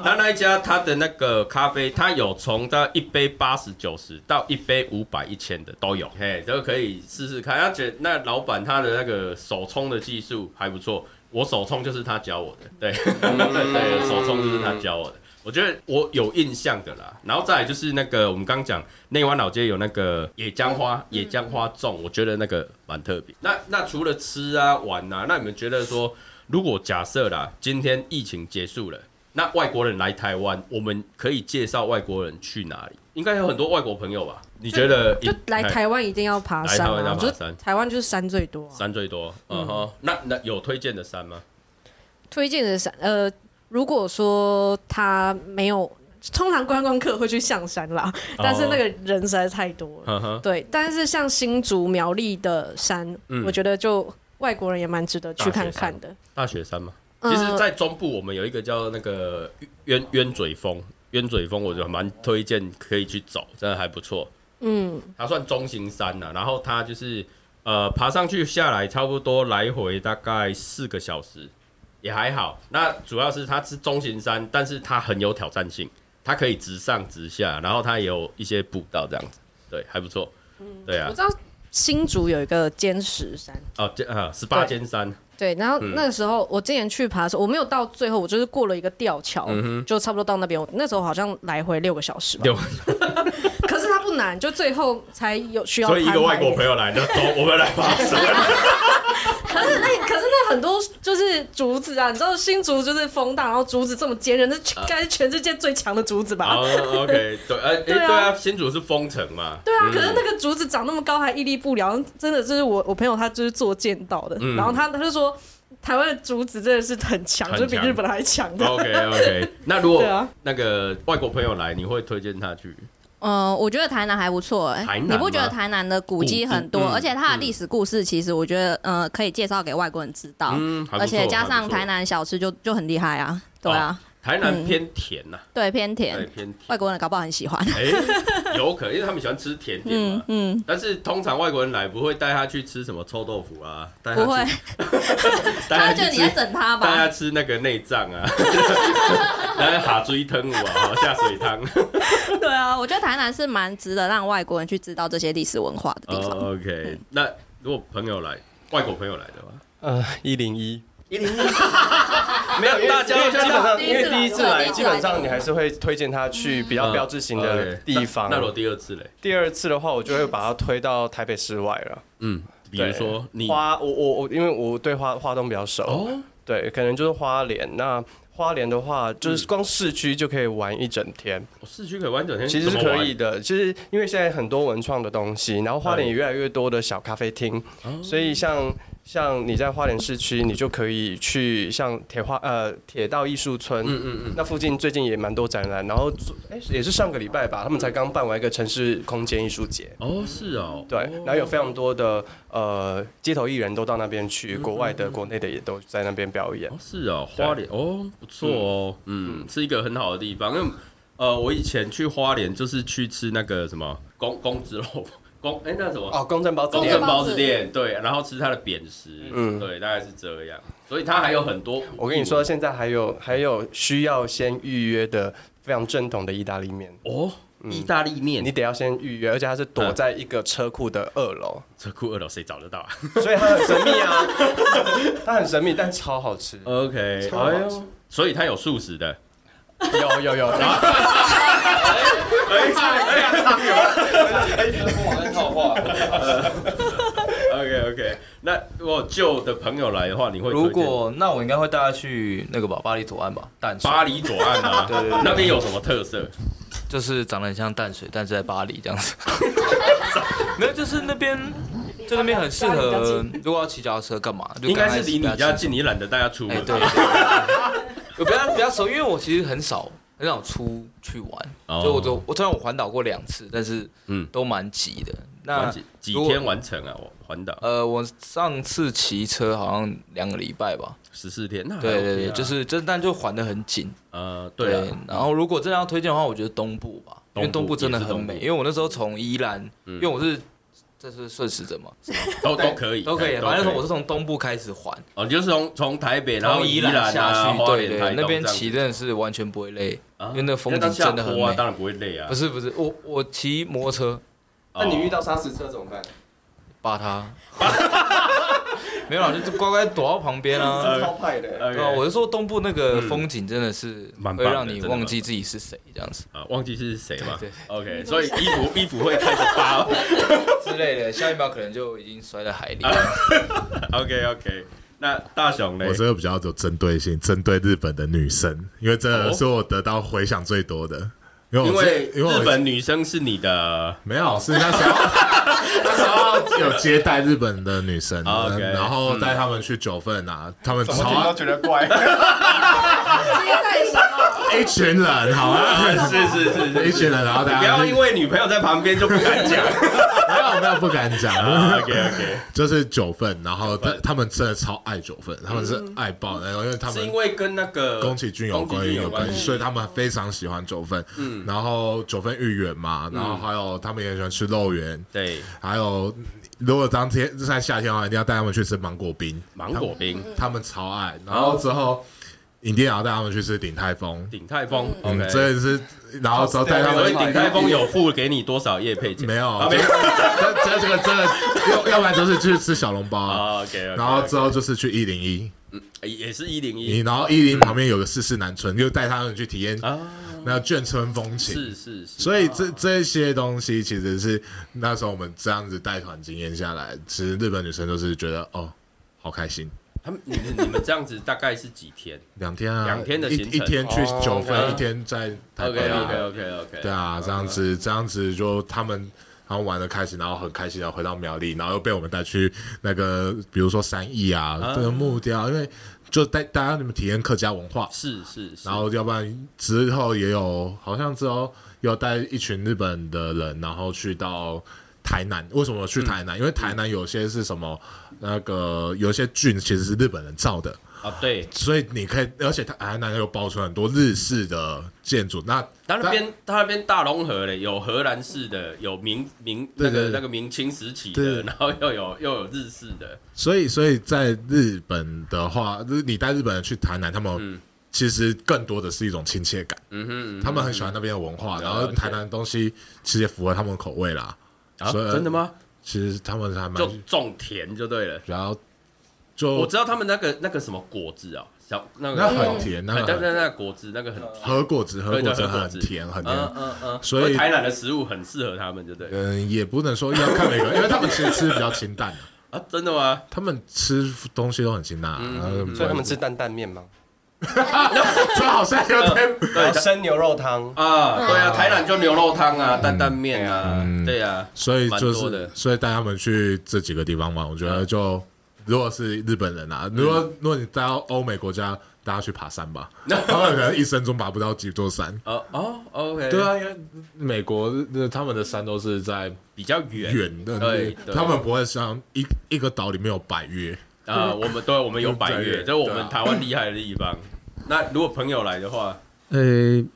A: 那那一家它的那个咖啡，它有从到一杯八十九十到一杯五百一千的都有，嘿，这个可以试试看。他觉得那老板他的那个手冲的技术还不错，我手冲就是他教我的，对， 对，手冲就是他教我的。我觉得我有印象的啦，然后再来就是那个我们刚讲内湾老街有那个野姜花，野姜花种，我觉得那个蛮特别。那那除了吃啊玩啊，那你们觉得说，如果假设啦，今天疫情结束了，那外国人来台湾，我们可以介绍外国人去哪里？应该有很多外国朋友吧？你觉得
I: 就来
A: 哎
I: 台湾一定要爬山
A: 来台湾要
I: 啊！
A: 爬
I: 就
A: 山
I: 台湾就是山最多啊、
A: 山最多？嗯哼，那那有推荐的山吗？
I: 推荐的山，呃，如果说他没有，通常观光客会去象山啦，
A: 哦
I: 但是那个人实在太多了。
A: 嗯哼，
I: 对，但是像新竹苗栗的山，
A: 嗯
I: 我觉得就外国人也蛮值得去看看的。
A: 大雪山吗？
I: 嗯
A: 其实，在中部我们有一个叫那个冤冤嘴峰，冤嘴峰我觉得蛮推荐可以去走，真的还不错。
I: 嗯，
A: 它算中型山呐、然后它就是呃爬上去下来差不多来回大概四个小时，也还好。那主要是它是中型山，但是它很有挑战性，它可以直上直下，然后它也有一些步道这样子，对，还不错。对啊
I: 我，知道新竹有一个尖石山，
A: 哦，这啊，十八尖山，
I: 对，然后
A: 嗯
I: 那个时候我之前去爬的时候，我没有到最后，我就是过了一个吊桥，就差不多到那边。我那时候好像来回六个小时
A: 嗯
I: 吧，
A: 六
I: 可是它不难，就最后才有需要攀
A: 所以
I: 爬一
A: 一
I: 点。
A: 个外国朋友来，就走，我们来爬山。
I: 可是那哎可是那很多就是竹子啊，你知道新竹就是风大，然后竹子这么坚韧，这应该是全世界最强的竹子吧？
A: 啊 哦，OK，对，呃，哎，
I: 对啊
A: 对啊，新竹是封城嘛，嗯
I: 对啊，可是那个竹子长那么高还屹立不摇，真的就是我我朋友他就是做剑道的，
A: 嗯
I: 然后他他就说台湾的竹子真的是很强，
A: 很
I: 就是比
A: 强
I: 日本还强的。
A: OK 哦 OK，那 如果
I: 对啊
A: 那个外国朋友来，你会推荐他去？
B: 嗯，我觉得台南还不错哎、
A: 台南吗
B: 你不觉得台南的古迹很多，
A: 古迹嗯
B: 而且它的历史故事其实我觉得呃可以介绍给外国人知道，
A: 嗯，还不
B: 而且
A: 错
B: 加上台，
A: 还
B: 南小吃就就很厉害啊，对啊，
A: 台南偏甜呐、
B: 嗯对，偏
A: 对，
B: 甜，
A: 偏 甜。
B: 外国人搞不好很喜欢。
A: 哎，有可能，因为他们喜欢吃甜点
B: 嗯
A: 嘛。
B: 嗯，
A: 但是通常外国人来不会带他去吃什么臭豆腐啊，带他
B: 不会
A: 去，，带
B: 他
A: 他
B: 觉得
A: 去
B: 你
A: 吃
B: 在，整他
A: 带他
B: 吧？
A: 吃那个内脏啊， 然后哈追汤啊，哦下水 汤。
B: 对啊，我觉得台南是蛮值得让外国人去知道这些历史文化的地方。
A: 哦 OK，那如果朋友来，外国朋友来的话，
E: 呃，一零一。
A: 没有，大家
E: 因为
A: 要知
E: 基本
A: 道
E: 上，因为第一次来，
B: 第一
E: 基
B: 次来
E: 本上你还是会推荐他去比
A: 嗯
E: 较标志性的地方。
A: 哦那那我第二次嘞，
E: 第二次的话，我就会把它推到台北市外了。
A: 嗯，比如说
E: 对
A: 你
E: 花，我我我，因为我对花花东比较熟，
A: 哦，
E: 对，可能就是花莲。那花莲的话，
A: 嗯
E: 就是光市区就可以玩一整天，
A: 市区可以玩整天，
E: 其实是
A: 怎么
E: 可
A: 玩
E: 以的。其实因为现在很多文创的东西，然后
A: 哎
E: 花莲也越来越多的小咖啡厅，
A: 哦
E: 所以像像你在花莲市区，你就可以去像铁花呃铁道艺术村，
A: 嗯嗯嗯，
E: 那附近最近也蛮多展览，然后哎、也是上个礼拜吧，他们才刚办完一个城市空间艺术节，
A: 哦是哦，
E: 对，
A: 哦
E: 然后有非常多的呃街头艺人都到那边去，国外的、国内的也都在那边表演
A: 嗯哦，。是哦，
E: 对
A: 花莲哦，不错哦，嗯，是一个很好的地方。因为呃，我以前去花莲就是去吃那个什么公公子 肉公哎、那什么
E: 哦，公正包子
A: 公
E: 店
A: 正，包子
F: 嗯
A: 店，对，然后吃它的扁食，嗯，
E: 嗯
A: 对，大概是这样。所以它还有很多，
E: 我跟你说，现在还有还有需要先预约的非常正统的意大利面，
A: 哦，
E: 嗯
A: 意大利面，
E: 你
A: 你
E: 得要先预约，而且它是躲在一个车库的二楼，
A: 车库二楼谁找得到啊
E: 所以它很神 秘啊，它很神秘，但超好吃。
A: ？OK，
E: 超好
A: 哎
E: 吃
A: 呦，所以它有素食的，
E: 有 有有，
A: 哎哎
F: 网在套话。
A: ，OK OK。那如果旧的朋友来的话，你会推
F: 如
A: 荐
F: 果那我应该会带他去那个吧，巴黎左岸吧，淡水，
A: 巴黎左岸啊，
F: 对对对
A: 那边有什么特色？
F: 就是长得很像淡水，但是在巴黎这样 子。没有，就是那边，就那边很适合，如果要骑脚踏车干嘛，就
A: 应该
F: 刚开
A: 是
F: 始
A: 离你
F: 比较
A: 家
F: 轻
A: 近，你懒得带他出
F: 哎、
A: 门。
F: 对，对对 我比较比较熟，因为我其实很少很少出去玩，
A: 哦
F: 所以我都我虽然我环岛过两次，但是
A: 嗯
F: 嗯都蛮急的。
A: 完
F: 那
A: 几几
F: 如果
A: 天完成啊？我环岛
F: 呃，我上次骑车好像两个礼拜吧，
A: 十四天，那还
F: 对对
A: OK
F: 对，
A: 啊
F: 就是真但就环的很紧。
A: 呃，对啊，
F: 然后如果真的要推荐的话，我觉得东部吧，因为
A: 东
F: 东
A: 部
F: 部真的
A: 也是
F: 很
A: 东部嗯
F: 美。因为我那时候从宜兰，因为我是这是顺时针嘛，
A: 都都可以，
F: 都可以。
A: 对
F: 反正我是从东部开始环，
A: 哦，你就是从从台北，然后
F: 从宜
A: 兰啊
F: 下去，
A: 花
F: 对
A: 莲
F: 对
A: 台
F: 对，
A: 东
F: 那边
A: 这样子
F: 骑真的是完全不会累。
A: 啊
F: 因为那个风景
A: 当下
F: 真的很
A: 坡啊
F: 美
A: 当然不会累啊
F: 不。是不是，我我骑摩托车
A: 哦
E: 那你遇到砂石车怎么办？
F: 扒他， 没有啦，就是乖乖躲到旁边啊。
E: 超派的。
A: 呃 OK 嗯
F: 对啊，我是说东部那个风景真的是
A: 蛮
F: 会
A: 棒的
F: 让你
A: 真的
F: 忘
A: 蛮
F: 记自己是谁这样子
A: 啊，忘记是谁嘛
F: 对对
A: ？OK，所以衣服衣服会开始哦扒。
F: 之类的，下一秒可能就已经摔在海里。
A: OK OK，那大雄嘞
D: 我？这个比较有针对性，针对日本的女生，因为这个
A: 哦
D: 是我得到回响最多的。因为
A: 因
D: 我是
A: 为
D: 因为我
A: 日本女生是你的
D: 没有是那 时候那时候有接待日本的女生，
A: 啊，OK
D: 然后带她们去九份啊，她们
E: 怎么听都
D: 超
E: 觉得 怪。
D: 一群人，好啊，
A: 是是是是
D: 一群人，然后
A: 你
D: 大家
A: 不要
D: 去
A: 因为女朋友在旁边就不敢讲。 啊
D: 没有没有不敢讲啊
A: OK OK，
D: 就是九份，然后但他们真的超爱九份，他们是爱爆的，然后因为他
A: 是
D: 们
A: 因为跟那个
D: 宫崎骏有
A: 宫
D: 关
A: 崎
D: 于
A: 骏
D: 有
A: 有
D: 关
A: 关
D: 系，
A: 系。
D: 所以他们非常喜欢九份。嗯，然后九份芋圆嘛，然后
A: 嗯
D: 还有他们也喜欢吃肉圆，
A: 对，
D: 还有如果当天在夏天的话，一定要带他们去吃芒果冰，
A: 芒果冰、
D: 他们超爱。然后之后一定要带他们去吃鼎泰丰，
A: 鼎泰丰
D: 嗯，
A: ，OK，
D: 这也是，然后之后带他
A: 所
D: 们
A: 以鼎泰丰有付给你多少叶配钱？
D: 没有
A: 啊，没有
D: 这 这这个真的，要要不然就是去吃小笼包啊，
A: 啊，OK，
D: 然后之后就是去一零一。
A: 也是一零
D: 你
A: 一
D: 然后一零旁边有个四四南村，又带他们去体验
A: 啊，
D: 那眷村风情。
A: 是是啊是，
D: 所以这这些东西其实是那时候我们这样子带团经验下来，其实日本女生都是觉得哦，好开心，
A: 他们你们你们这样子大概是几天
D: 两天啊，
A: 两天的
D: 一
A: 行程
D: 一天去九份，
A: 哦
D: 一天在台
A: ？OK 嗯
D: 北
A: OK
D: 啊，
A: OK OK，
D: 对啊，这样子这样子就他们。然后玩的开心，然后很开心，然后回到苗栗，然后又被我们带去那个，比如说三义啊，这个木雕，因为就带大家你们体验客家文化，
A: 是是是，
D: 然后要不然之后也有，好像之后有带一群日本的人，然后去到台南。为什么
A: 嗯
D: 去台南？因为台南有些是什么那个有些郡其实是日本人造的，
A: 啊，对，
D: 所以你可以，而且它台南有保存很多日式的建筑，那
A: 他那边他那边大融合嘞，有荷兰式的，有明明那
D: 对
A: 个
D: 对对
A: 那个明清时期
D: 对
A: 的，
D: 对
A: 然后又有又有日式的，
D: 所以，所以在日本的话，就是你带日本人去台南，他
A: 嗯
D: 们其实更多的是一种亲切感，
A: 嗯哼，嗯哼
D: 他们很喜欢那边的文化，
A: 嗯
D: 然后
A: 了解
D: 台南的东西其实也符合他们的口味啦。
A: 啊，
D: 所以
A: 真的吗？
D: 其实他们还蛮
A: 就种田就对了。
D: 然后
A: 我
D: 就
A: 知道他们那个那个什么果子啊，小那个
D: 那很甜，那
A: 哎但
D: 个
A: 但那个果子那个很甜，
D: 和果子和
A: 对
D: 果
A: 对
D: 子
A: 和果
D: 很
A: 子
D: 甜很
A: 嗯
D: 甜，
A: 嗯嗯，
D: 所以
A: 台南的食物很适合他们，对不对？
D: 嗯，也不能说要看每 个，因为他们其实吃比较清淡的，
A: 啊，真的吗？
D: 他们吃东西都很清淡啊，然后
A: 嗯嗯嗯
E: 所以他们吃担担面吗？
D: 这好像有点
E: 嗯对，生牛肉汤。
A: 啊，对啊，台南就牛肉汤啊，担担面啊，
D: 嗯
A: 对啊，
D: 所以就
A: 蛮多
D: 是
A: 的，嗯
D: 所以带他们去这几个地方嘛，我觉得就如果是日本人啊，如果如果你带到欧美国家，大家去爬山 吧，他们可能一生中爬不到几座山。
A: 哦哦，OK，
D: 对，啊，因为美国呃他们的山都是在
A: 比较远
D: 远的，
A: 对对
D: 他们不会像一一个岛里面有百越。
A: 啊，我们对，我们有百
D: 有百
A: 越，
D: 越
A: 这是我
D: 对
A: 们
D: 啊
A: 台湾厉害的地方。那如果朋友来的话，
G: 呃，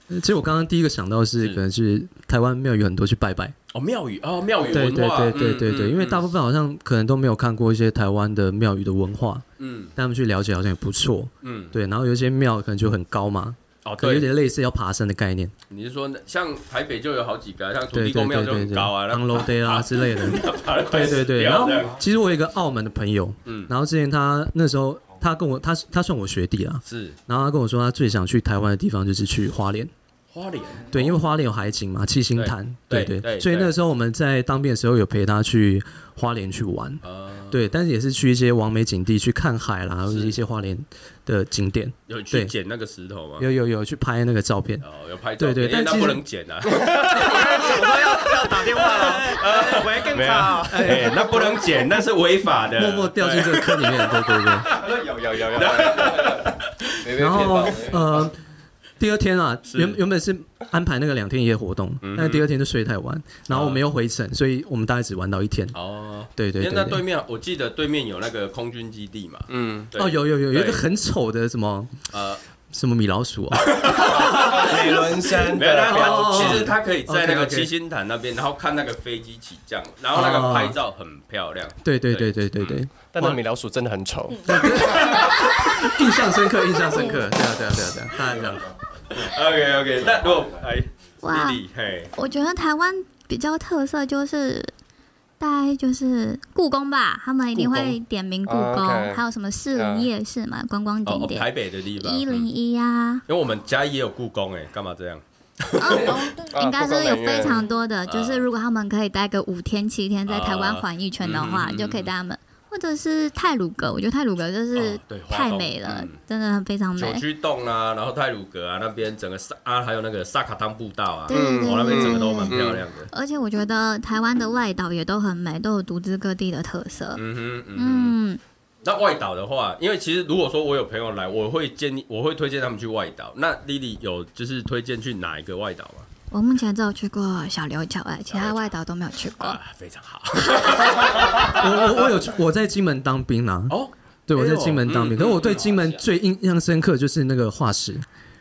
G: 其实我刚刚第一个想到是，
A: 是
G: 可能是台湾庙宇很多去拜拜，
A: 哦，庙宇哦，庙宇
G: 对
A: 文
G: 对
A: 化，嗯
G: 对对对对，因为大部
A: 分
G: 分好像可能都没有看过一些台湾的庙宇的文化，
A: 嗯
G: 带他们去了解好像也不错。
A: 嗯
G: 对，然后有一些庙可能就很高嘛，
A: 哦，
G: 可能有
A: 对，
G: 点类似要爬山的概念，
A: 你是说那像台北就有好几个啊，像土
G: 对
A: 地
G: 对
A: 公庙
G: 对
A: 就
G: 对
A: 很
G: 对，
A: 高啊，
G: 唐
A: 然
G: 楼碑 啊之类的。
A: 后爬了快
G: 对对
A: 死
G: 对，然
A: 掉
G: 后
A: 这样
G: 其实我有一个澳门的朋友，
A: 嗯
G: 然后之前他那时候他跟我他他算我学弟啦，啊
A: 是
G: 然后他跟我说他最想去台湾的地方就是去花莲，
A: 花莲，
G: 对，因为花莲有海景嘛，七星潭，
A: 哦对
G: 对
A: 对对
G: 所以那时候我们在当兵的时候有陪他去花莲去玩，
A: 呃，
G: 对，但是也是去一些完美景地去看海啦，或者是一些花莲的景点，
A: 有去
G: 对
A: 捡那个石头吗？
G: 有有有去拍那个照片，
A: 哦，有拍照，
G: 对对
A: 因为
G: 但
A: 那
G: 其实
A: 不能剪 啊，
F: 要打电话了，喂，更
A: 没有，哎，那不能剪，那是违法的。
G: 默默掉进这个坑里面，对对对。
E: 有有有 有。
G: 然后呃，第二天啊，
A: 是嗯
G: 原原本是安排那个两天一夜活动，但是第二天就睡太晚，然后我们又回程，所以我们大概只玩到一天。
A: 哦，
G: 对对
A: 因为
G: 对
A: 那
G: 对
A: 对面我记得对面有那个空军基地嘛，
E: 嗯，
A: 对
G: 哦，有有有有一
A: 对
G: 个很丑的什么
A: 呃，
G: 什么米老鼠 啊，
E: 美伦山
A: 没有，那
E: 的
A: 个
G: 哦
A: 其实他可以在那个
G: OK，OK
A: 七星潭那边，然后看那个飞机起降，然后那个
G: 哦
A: 拍照很漂亮。
G: 对对对对对对，
E: 但那米老鼠真的很丑。
I: 嗯
G: 印象深刻，印象深刻，对啊对啊对啊对啊，大家讲
A: OK OK，那如果哎，
H: 哇
A: 丽丽嘿，
H: 我觉得台湾比较特色就是。大概就是故宫吧，他们一定
E: 故
H: 会点名故宫，
E: 啊，OK
H: 还有什么士林夜市嘛，观光
A: 哦
H: 景
A: 哦，台
H: 点
A: 北的地方，
H: 一零
A: 嗯
H: 一啊，
A: 因为我们家也有故宫哎，干嘛这样？
H: 哦，应该是有非常多的，
A: 啊故宫美院
H: 就
A: 啊
H: 是如果他们可以待个五天七天在台湾环一圈的
A: 啊
H: 话，
A: 嗯
H: 就可以带他们，或者是泰鲁阁，我觉得泰鲁阁就是
A: 哦对花
H: 太
A: 东
H: 美了
A: 嗯，
H: 真的非常
A: 九
H: 美。
A: 曲洞啊，然后泰鲁阁啊那边整个萨啊，还有那个萨卡汤步道啊，
H: 对对嗯
A: 我那边整个都蛮
H: 对，
A: 漂亮的。
H: 而且我觉得台湾的外岛也都很美，都有独自各地的特色。
A: 嗯哼嗯哼。
H: 嗯，
A: 那外岛的话，因为其实如果说我有朋友来，我会建议，我会推荐他们去外岛。那 Lily 有就是推荐去哪一个外岛吗？
H: 我目前只有去过小琉球，哎，其他外岛都没有去过。
A: 啊，非常好。
G: 我我我有我在金门当兵啊，
A: 哦，
G: 对我
A: 哎
G: 在
A: 呦
G: 金门当
A: 嗯
G: 兵，可是我对
A: 嗯
G: 金门最印象深刻就是那个化石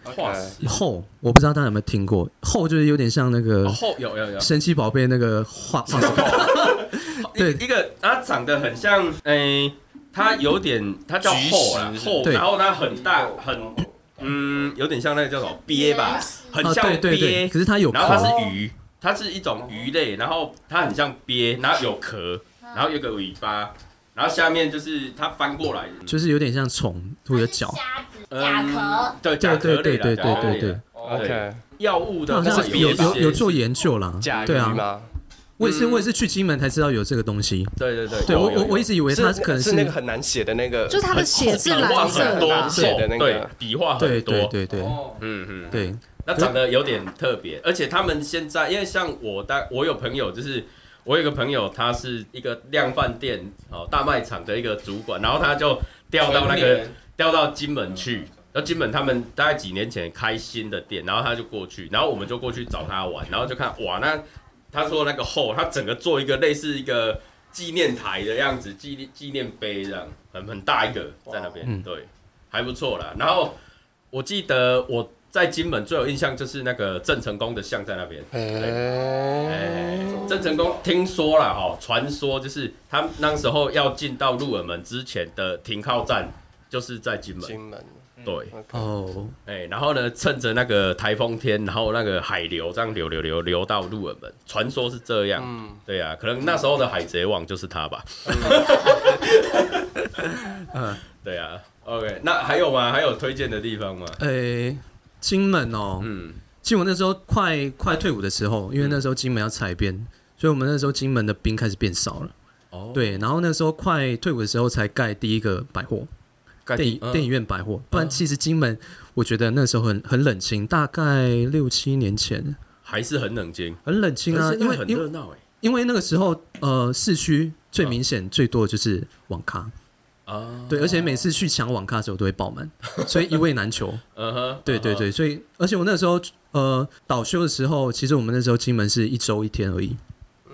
A: 化石，
G: 后，我不知道大家有没有听过后，就是有点像那个
A: 然哦后有有有，
G: 神奇宝贝那个 化化石。 对
A: 一一个它长得很像，诶、它有点，它叫厚啦
F: 菊石
A: 厚，
G: 对
A: 然后它很大很，嗯，有点像那个叫什么鳖吧，很
G: 啊，
A: 像
G: 对对对，
A: 鳖，
G: 可是它有壳
A: 然，后它是鱼，它是一种鱼类，然后它很像鳖，然后有壳，然后有个尾巴，然后下面就是它翻过来，
G: 就是有点像虫或者脚，
A: 甲壳，嗯对甲壳类啦
G: 对对对
A: 甲壳类啦
G: 对对对
E: OK，
A: 药物的
G: 它好
A: 话
G: 像是有
A: 一些
G: 有有做研究啦
E: 甲。鱼
G: 对啊，
E: 吗？
G: 我也是我也是去金门才知道有这个东西。
A: 嗯对啊对对，
G: 对
A: 有
G: 我
A: 有
G: 我
A: 有
G: 我一直以为它可能
E: 是那个很难写的那个，
I: 就是他的血是
A: 笔画
I: 蓝色
A: 很
I: 的
A: 多
I: 吧，
A: 厚
E: 写的那个
A: 对笔画
G: 对
A: 很多，
G: 对对对
A: 嗯嗯，
G: 对，
A: 那长得有点特别，而且他们现在，因为像我大，我有朋友就是。我有一个朋友，他是一个量贩店哦大卖场的一个主管，然后他就调到那个调到金门去，然后金门他们大概几年前开新的店，然后他就过去，然后我们就过去找他玩，然后就看哇，那他说那个后，他整个做一个类似一个纪念台的样子，纪念纪念碑这样，很很大一个在那边，
G: 嗯
A: 对，还不错啦。然后我记得我在金门最有印象就是那个郑成功的像在那边。哎，郑成功听说了哦，传说就是他那时候要进到鹿耳门之前的停靠站就是在金门。
E: 金门嗯
A: 对，
E: ，OK，
G: 哦，
A: 哎、然后呢，趁着那个台风天，然后那个海流这样流流流流到鹿耳门，传说是这样。
E: 嗯，
A: 对啊，可能那时候的海贼王就是他吧。
G: 呃
A: 对啊，OK，那还有吗？还有推荐的地方吗？
G: 诶，金门哦，
A: 嗯，
G: 金门那时候快快退伍的时候，因为那时候金门要裁编，所以我们那时候金门的兵开始变少了。
A: 哦，
G: 对，然后那时候快退伍的时候才盖第一个百货，
A: 盖
G: 电影、
A: 嗯
G: 电影院百货。不然其实金门，我觉得那时候很很冷清，大概六七年前
A: 还是很冷静，
G: 很冷清
A: 可
G: 啊，
A: 是
G: 因
A: 现在
G: 为
A: 很
G: 因为
A: 热闹哎。
G: 因为那个时候呃市区最明显最多的就是网咖，
A: 啊，
G: 对，而且每次去抢网咖的时候都会爆满，所以一位难求。
A: 嗯哼，
G: 对对对，所以而且我那时候呃倒休的时候，其实我们那时候金门是一周一天而已，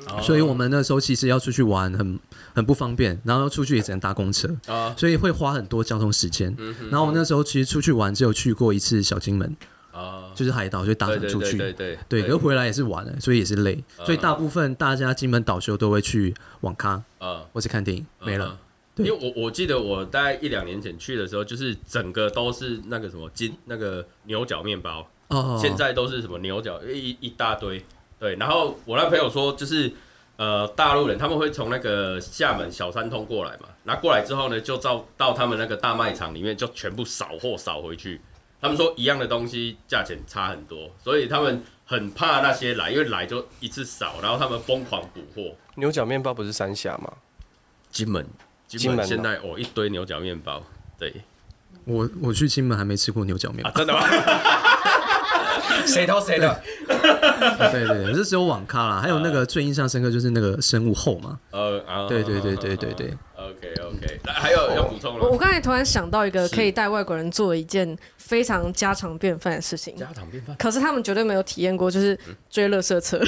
A: 哦
G: 所以我们那时候其实要出去玩很很不方便，然后出去也只能搭公车，
A: 啊，
G: 所以会花很多交通时间。
A: 嗯哼
G: 然后我那时候其实出去玩只有去过一次小金门，
A: 啊，
G: 就是海岛，就搭
A: 对
G: 船
A: 对
G: 出
A: 对
G: 去。
A: 对对
G: 对，可是回来也是晚了，所以也是累，
A: 嗯
G: 所以大部分大家金门倒休都会去网咖
A: 啊，
G: 或是看电影，没
A: 嗯
G: 了。。
A: 因
G: 对
A: 为我我记得我大概一两年前去的时候，就是整个都是那个什么金那个牛角面包，
G: 哦，
A: 现在都是什么牛角一一大堆，对。然后我那朋友说，就是呃大陆人他们会从那个厦门小三通过来嘛，然后过来之后呢，就到到他们那个大卖场里面就全部扫货扫回去。他们说一样的东西价钱差很多，所以他们很怕那些来，因为来就一次扫，然后他们疯狂补货。
E: 牛角面包不是三峡吗？
A: 金门，
E: 金
A: 金
E: 门
A: 门
E: 啊
A: 现在哦一堆牛角面包，对
G: 我我去金门还没吃过牛角面包
A: 啊，， 真的吗？
E: 谁偷谁的？
G: 对对对，这只有网咖啦，还有那个最印象深刻就是那个生物后嘛，
A: 呃啊，
G: 对对对哦对对对。
A: ，OK OK，那还有要补充
C: 我我
A: 了，
C: 刚才突然想到一个
A: 是
C: 可以带外国人做一件非常家常便饭的事情，
A: 家常便饭。
C: 可是他们绝对没有体验过，就是追垃圾车。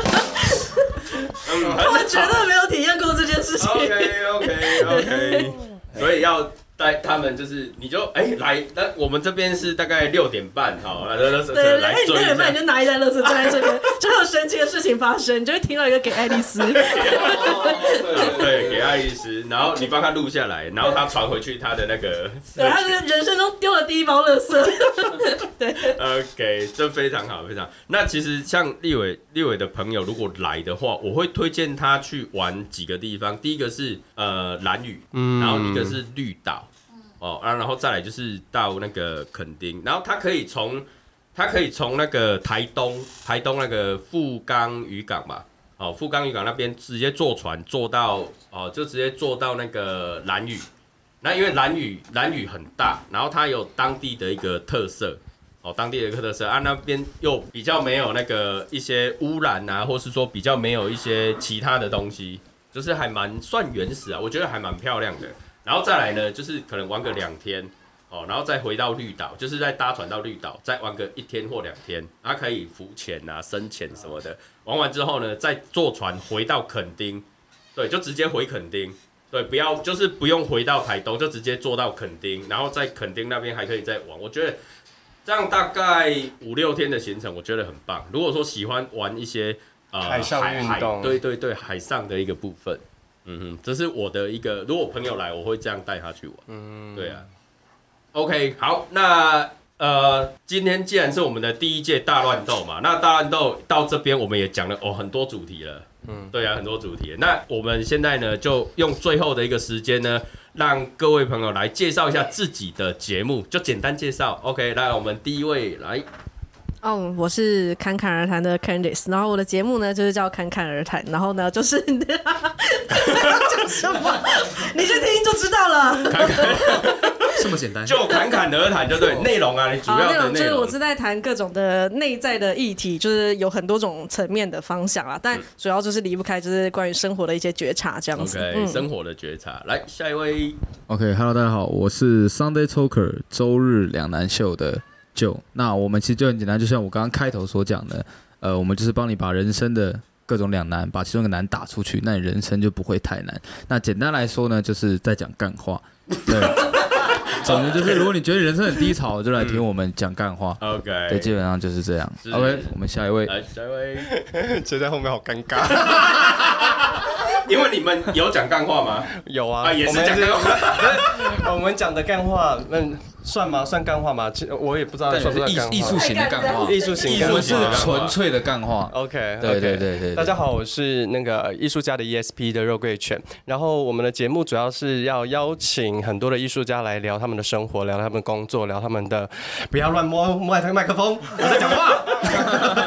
A: 嗯，还是
I: 绝对没有体验过这件事情。
A: OK OK OK，所以要带他们就是，你就哎、来，那我们这边是大概六点半，好，来来
I: 对对
A: 来
I: 对，哎
A: 来，
I: 你
A: 追
I: 那
A: 一
I: 点半你
A: 下。
I: 就拿一袋垃圾站在这边，就会有神奇的事情发生，你就会听到一个给爱 丽丝，
A: 对对，给爱丽丝，然后你帮他录下来，然后他传回去他的那个。
I: 对，她是人生中丢的第一包垃圾。
A: OK，这非常好，非常。那其实像立伟、立伟的朋友如果来的话，我会推荐他去玩几个地方。第一个是呃蓝屿，
E: 嗯
A: 然后一个是绿岛，哦啊，然后再来就是到那个垦丁，然后他可以从他可以从那个台东，台东那个富冈渔港吧，哦，富冈渔港那边直接坐船坐到哦，就直接坐到那个蓝屿。那因为蓝屿蓝屿很大，然后它有当地的一个特色，哦，当地的一个特色啊，那边又比较没有那个一些污染啊，或是说比较没有一些其他的东西，就是还蛮算原始啊，我觉得还蛮漂亮的。然后再来呢，就是可能玩个两天，哦，然后再回到绿岛，就是再搭船到绿岛，再玩个一天或两天，啊，可以浮潜啊、深潜什么的。玩完之后呢，再坐船回到垦丁，对，就直接回垦丁。对，不要就是不用回到台东，就直接坐到垦丁，然后在垦丁那边还可以再玩。我觉得这样大概五六天的行程，我觉得很棒。如果说喜欢玩一些呃
E: 海上运动
A: 海对对对，海上的一个部分，嗯哼，这是我的一个。如果朋友来，我会这样带他去玩。
E: 嗯，
A: 对啊。OK，好，那呃，今天既然是我们的第一届大乱斗嘛，那大乱斗到这边我们也讲了哦很多主题了，嗯，对啊，很多主题了。那我们现在呢，就用最后的一个时间呢，让各位朋友来介绍一下自己的节目，就简单介绍。OK，来，我们第一位来，
C: 哦，我是侃侃而谈的 Candice，然后我的节目呢就是叫侃侃而谈，然后呢就是
I: 讲什么？你去听就知道了。
A: 侃侃
G: 这么简单。
A: 就侃侃而谈，就对内容啊，你主
C: 好
A: 要
C: 内
A: 的
C: 容就
A: 内
C: 是
A: 容
C: 我。是在谈各种的内在的议题，就是有很多种层面的方向啦，
A: 嗯
C: 但主要就是离不开就是关于生活的一些觉察这样子。嗯
A: OK，生嗯活的觉察。来，下一位
J: OK，Hello，、大家好，我是 Sunday Talker 周日两难秀的 Joe。那我们其实就很简单，就像我刚刚开头所讲的，呃，我们就是帮你把人生的各种两难，把其中一个难打出去，那你人生就不会太难。那简单来说呢，就是在讲干话。对， 总之就是，如果你觉得人生很低潮，就来听我们讲干话。
A: OK，
J: 对，基本上就是这样
A: 是。
J: OK，我们下一位，
A: 来下一位，
E: 这在后面好尴尬。
A: 因为你们有讲干话吗？
E: 有啊，
A: 啊也是讲干话
E: 我们我们讲的干话，那算吗？算干话吗？其实我也不知道
F: 但
E: 算不算
F: 艺
E: 干话。
F: 艺术型的干话，
E: 艺术型
F: 我
E: 干
F: 们
E: 话
F: 是纯粹的干话。
E: 哎 OK，
F: 对对对对
E: 大家好，我是那个艺术家的 ESP 的肉桂犬。然后我们的节目主要是要邀请很多的艺术家来聊他们的生活，聊他们的工作，聊他们的不要乱摸摸他麦克风， 我在讲话。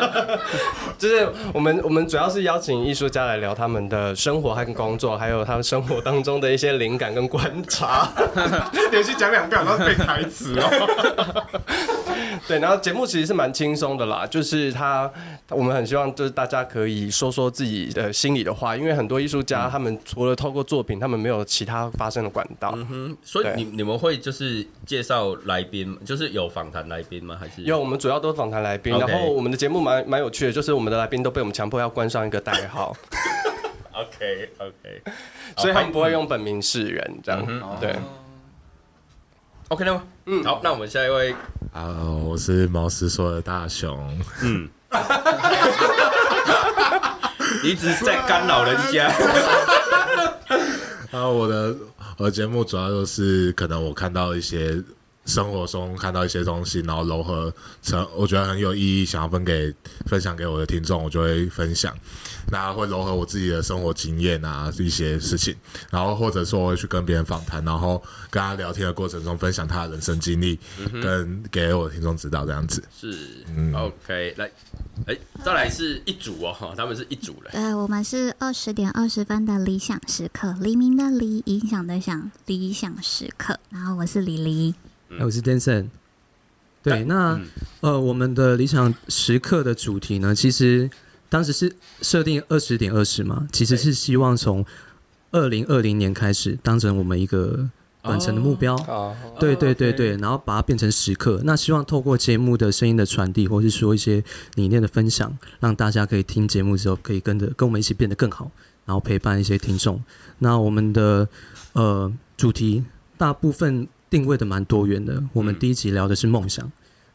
E: 就是我们我们主要是邀请艺术家来聊他们的生活和工作，还有他们生活当中的一些灵感跟观察。
D: 连续讲两遍，然后背台词哦。
E: 对，然后节目其实是蛮轻松的啦，就是他，我们很希望就是大家可以说说自己的心里的话，因为很多艺术
A: 嗯
E: 家他们除了透过作品，他们没有其他发声的管道。
A: 嗯所以
E: 对
A: 你你们会就是介绍来宾吗，就是有访谈来宾吗？还是
E: 因为我们主要都是访谈来宾
A: OK
E: 然后我们的节目蛮蛮有趣的，就是我们的来宾都被我们强迫要冠上一个代 号，
A: 哦 OK OK
E: 所以他们不会用本名示人这样。
A: 嗯
E: 对，
A: OK 了吗？嗯，好，那我们下一位
D: 啊，我是毛师说的大熊。
A: 你一直在干扰人家。
D: 啊，我的我的节目主要就是可能我看到一些生活中看到一些东西，然后糅合成我觉得很有意义，想要分给分享给我的听众，我就会分享。那会糅合我自己的生活经验啊一些事情，然后或者说我会去跟别人访谈，然后跟他聊天的过程中分享他的人生经历，
A: 嗯
D: 跟给我的听众指导这样子。
A: 是、
D: 嗯
A: OK，来，哎、再来是一组哦，哈他们是一组人。
H: 对，我们是二十点二十分的理想时刻，黎明的黎，影响的响，理想时刻。然后我是李黎，
A: 嗯
G: 哎我是 Danson。对，
A: 但
G: 那、
A: 嗯
G: 呃，我们的理想时刻的主题呢，其实当时是设定二十点二十嘛，其实是希望从二零二零年开始当成我们一个短程的目标。
E: 啊，
G: 对对对对，然后把它变成时刻。那希望透过节目的声音的传递，或是说一些理念的分享，让大家可以听节目之后，可以跟着跟我们一起变得更好，然后陪伴一些听众。那我们的呃主题大部分定位的蛮多元的。我们
A: 嗯
G: 第一集聊的是梦想，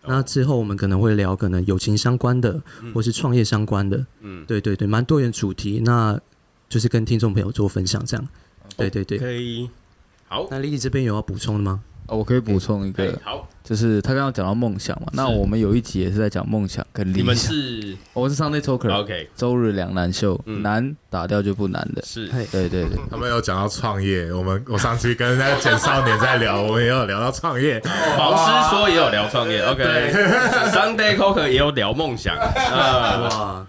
G: 那之后我们可能会聊可能友情相关的，或是创业相关的。
A: 嗯，
G: 对对对，蛮多元主题。那就是跟听众朋友做分享这样。对对对。
E: 可以。
A: 好，
G: 那丽丽这边有要补充的吗？
J: 哦我可以补充一
A: 哎
J: 个，
A: 好，
J: 就是他刚刚讲到梦想嘛，那我们有一集也是在讲梦想跟
A: 你
J: 理
A: 们
J: 想。
A: 是
J: 我是 Sunday Talker，
A: OK，
J: 周日两难秀，
A: 嗯
J: 难打掉就不难的。
A: 是
G: 嘿
J: 对对对，
D: 他们有讲到创业，我们我上次跟那个简少年在聊，我们也有聊到创业。
A: 老哦师说也有聊创业，OK，Sunday Coker 也有聊梦想啊，
G: 哇，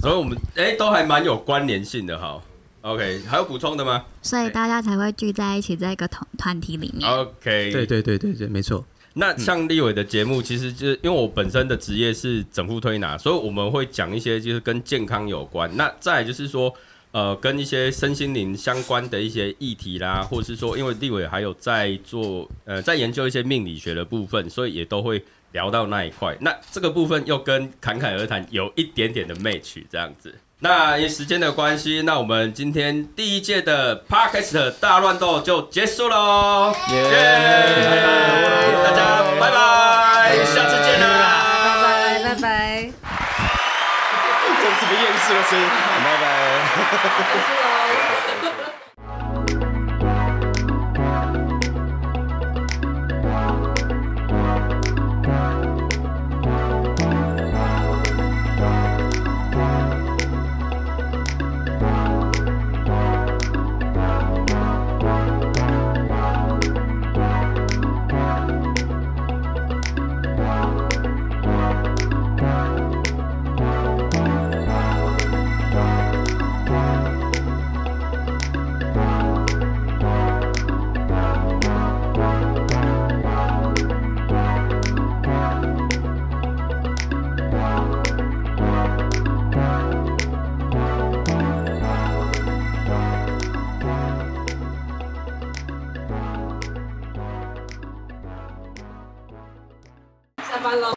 A: 所以我们哎、都还蛮有关联性的哈。OK，还有补充的吗
H: 所以大家才会聚在一起，在一个团团体里面。
A: ？OK，
G: 对对对对对，没错。
A: 那像立伟的节目，其实就是因为我本身的职业是整副推拿，所以我们会讲一些就是跟健康有关。那再来就是说，呃，跟一些身心灵相关的一些议题啦，或者是说，因为立伟还有在做呃在研究一些命理学的部分，所以也都会聊到那一块。那这个部分又跟侃侃而谈有一点点的 match 这样子。那因为时间的关系，那我们今天第一届的 Podcast 大乱斗就结束喽。
J: 耶
A: 耶！大家拜拜，下次见啦！
I: 拜拜拜拜。
E: 这是什么厌世的声音？拜拜。
I: 下班喽。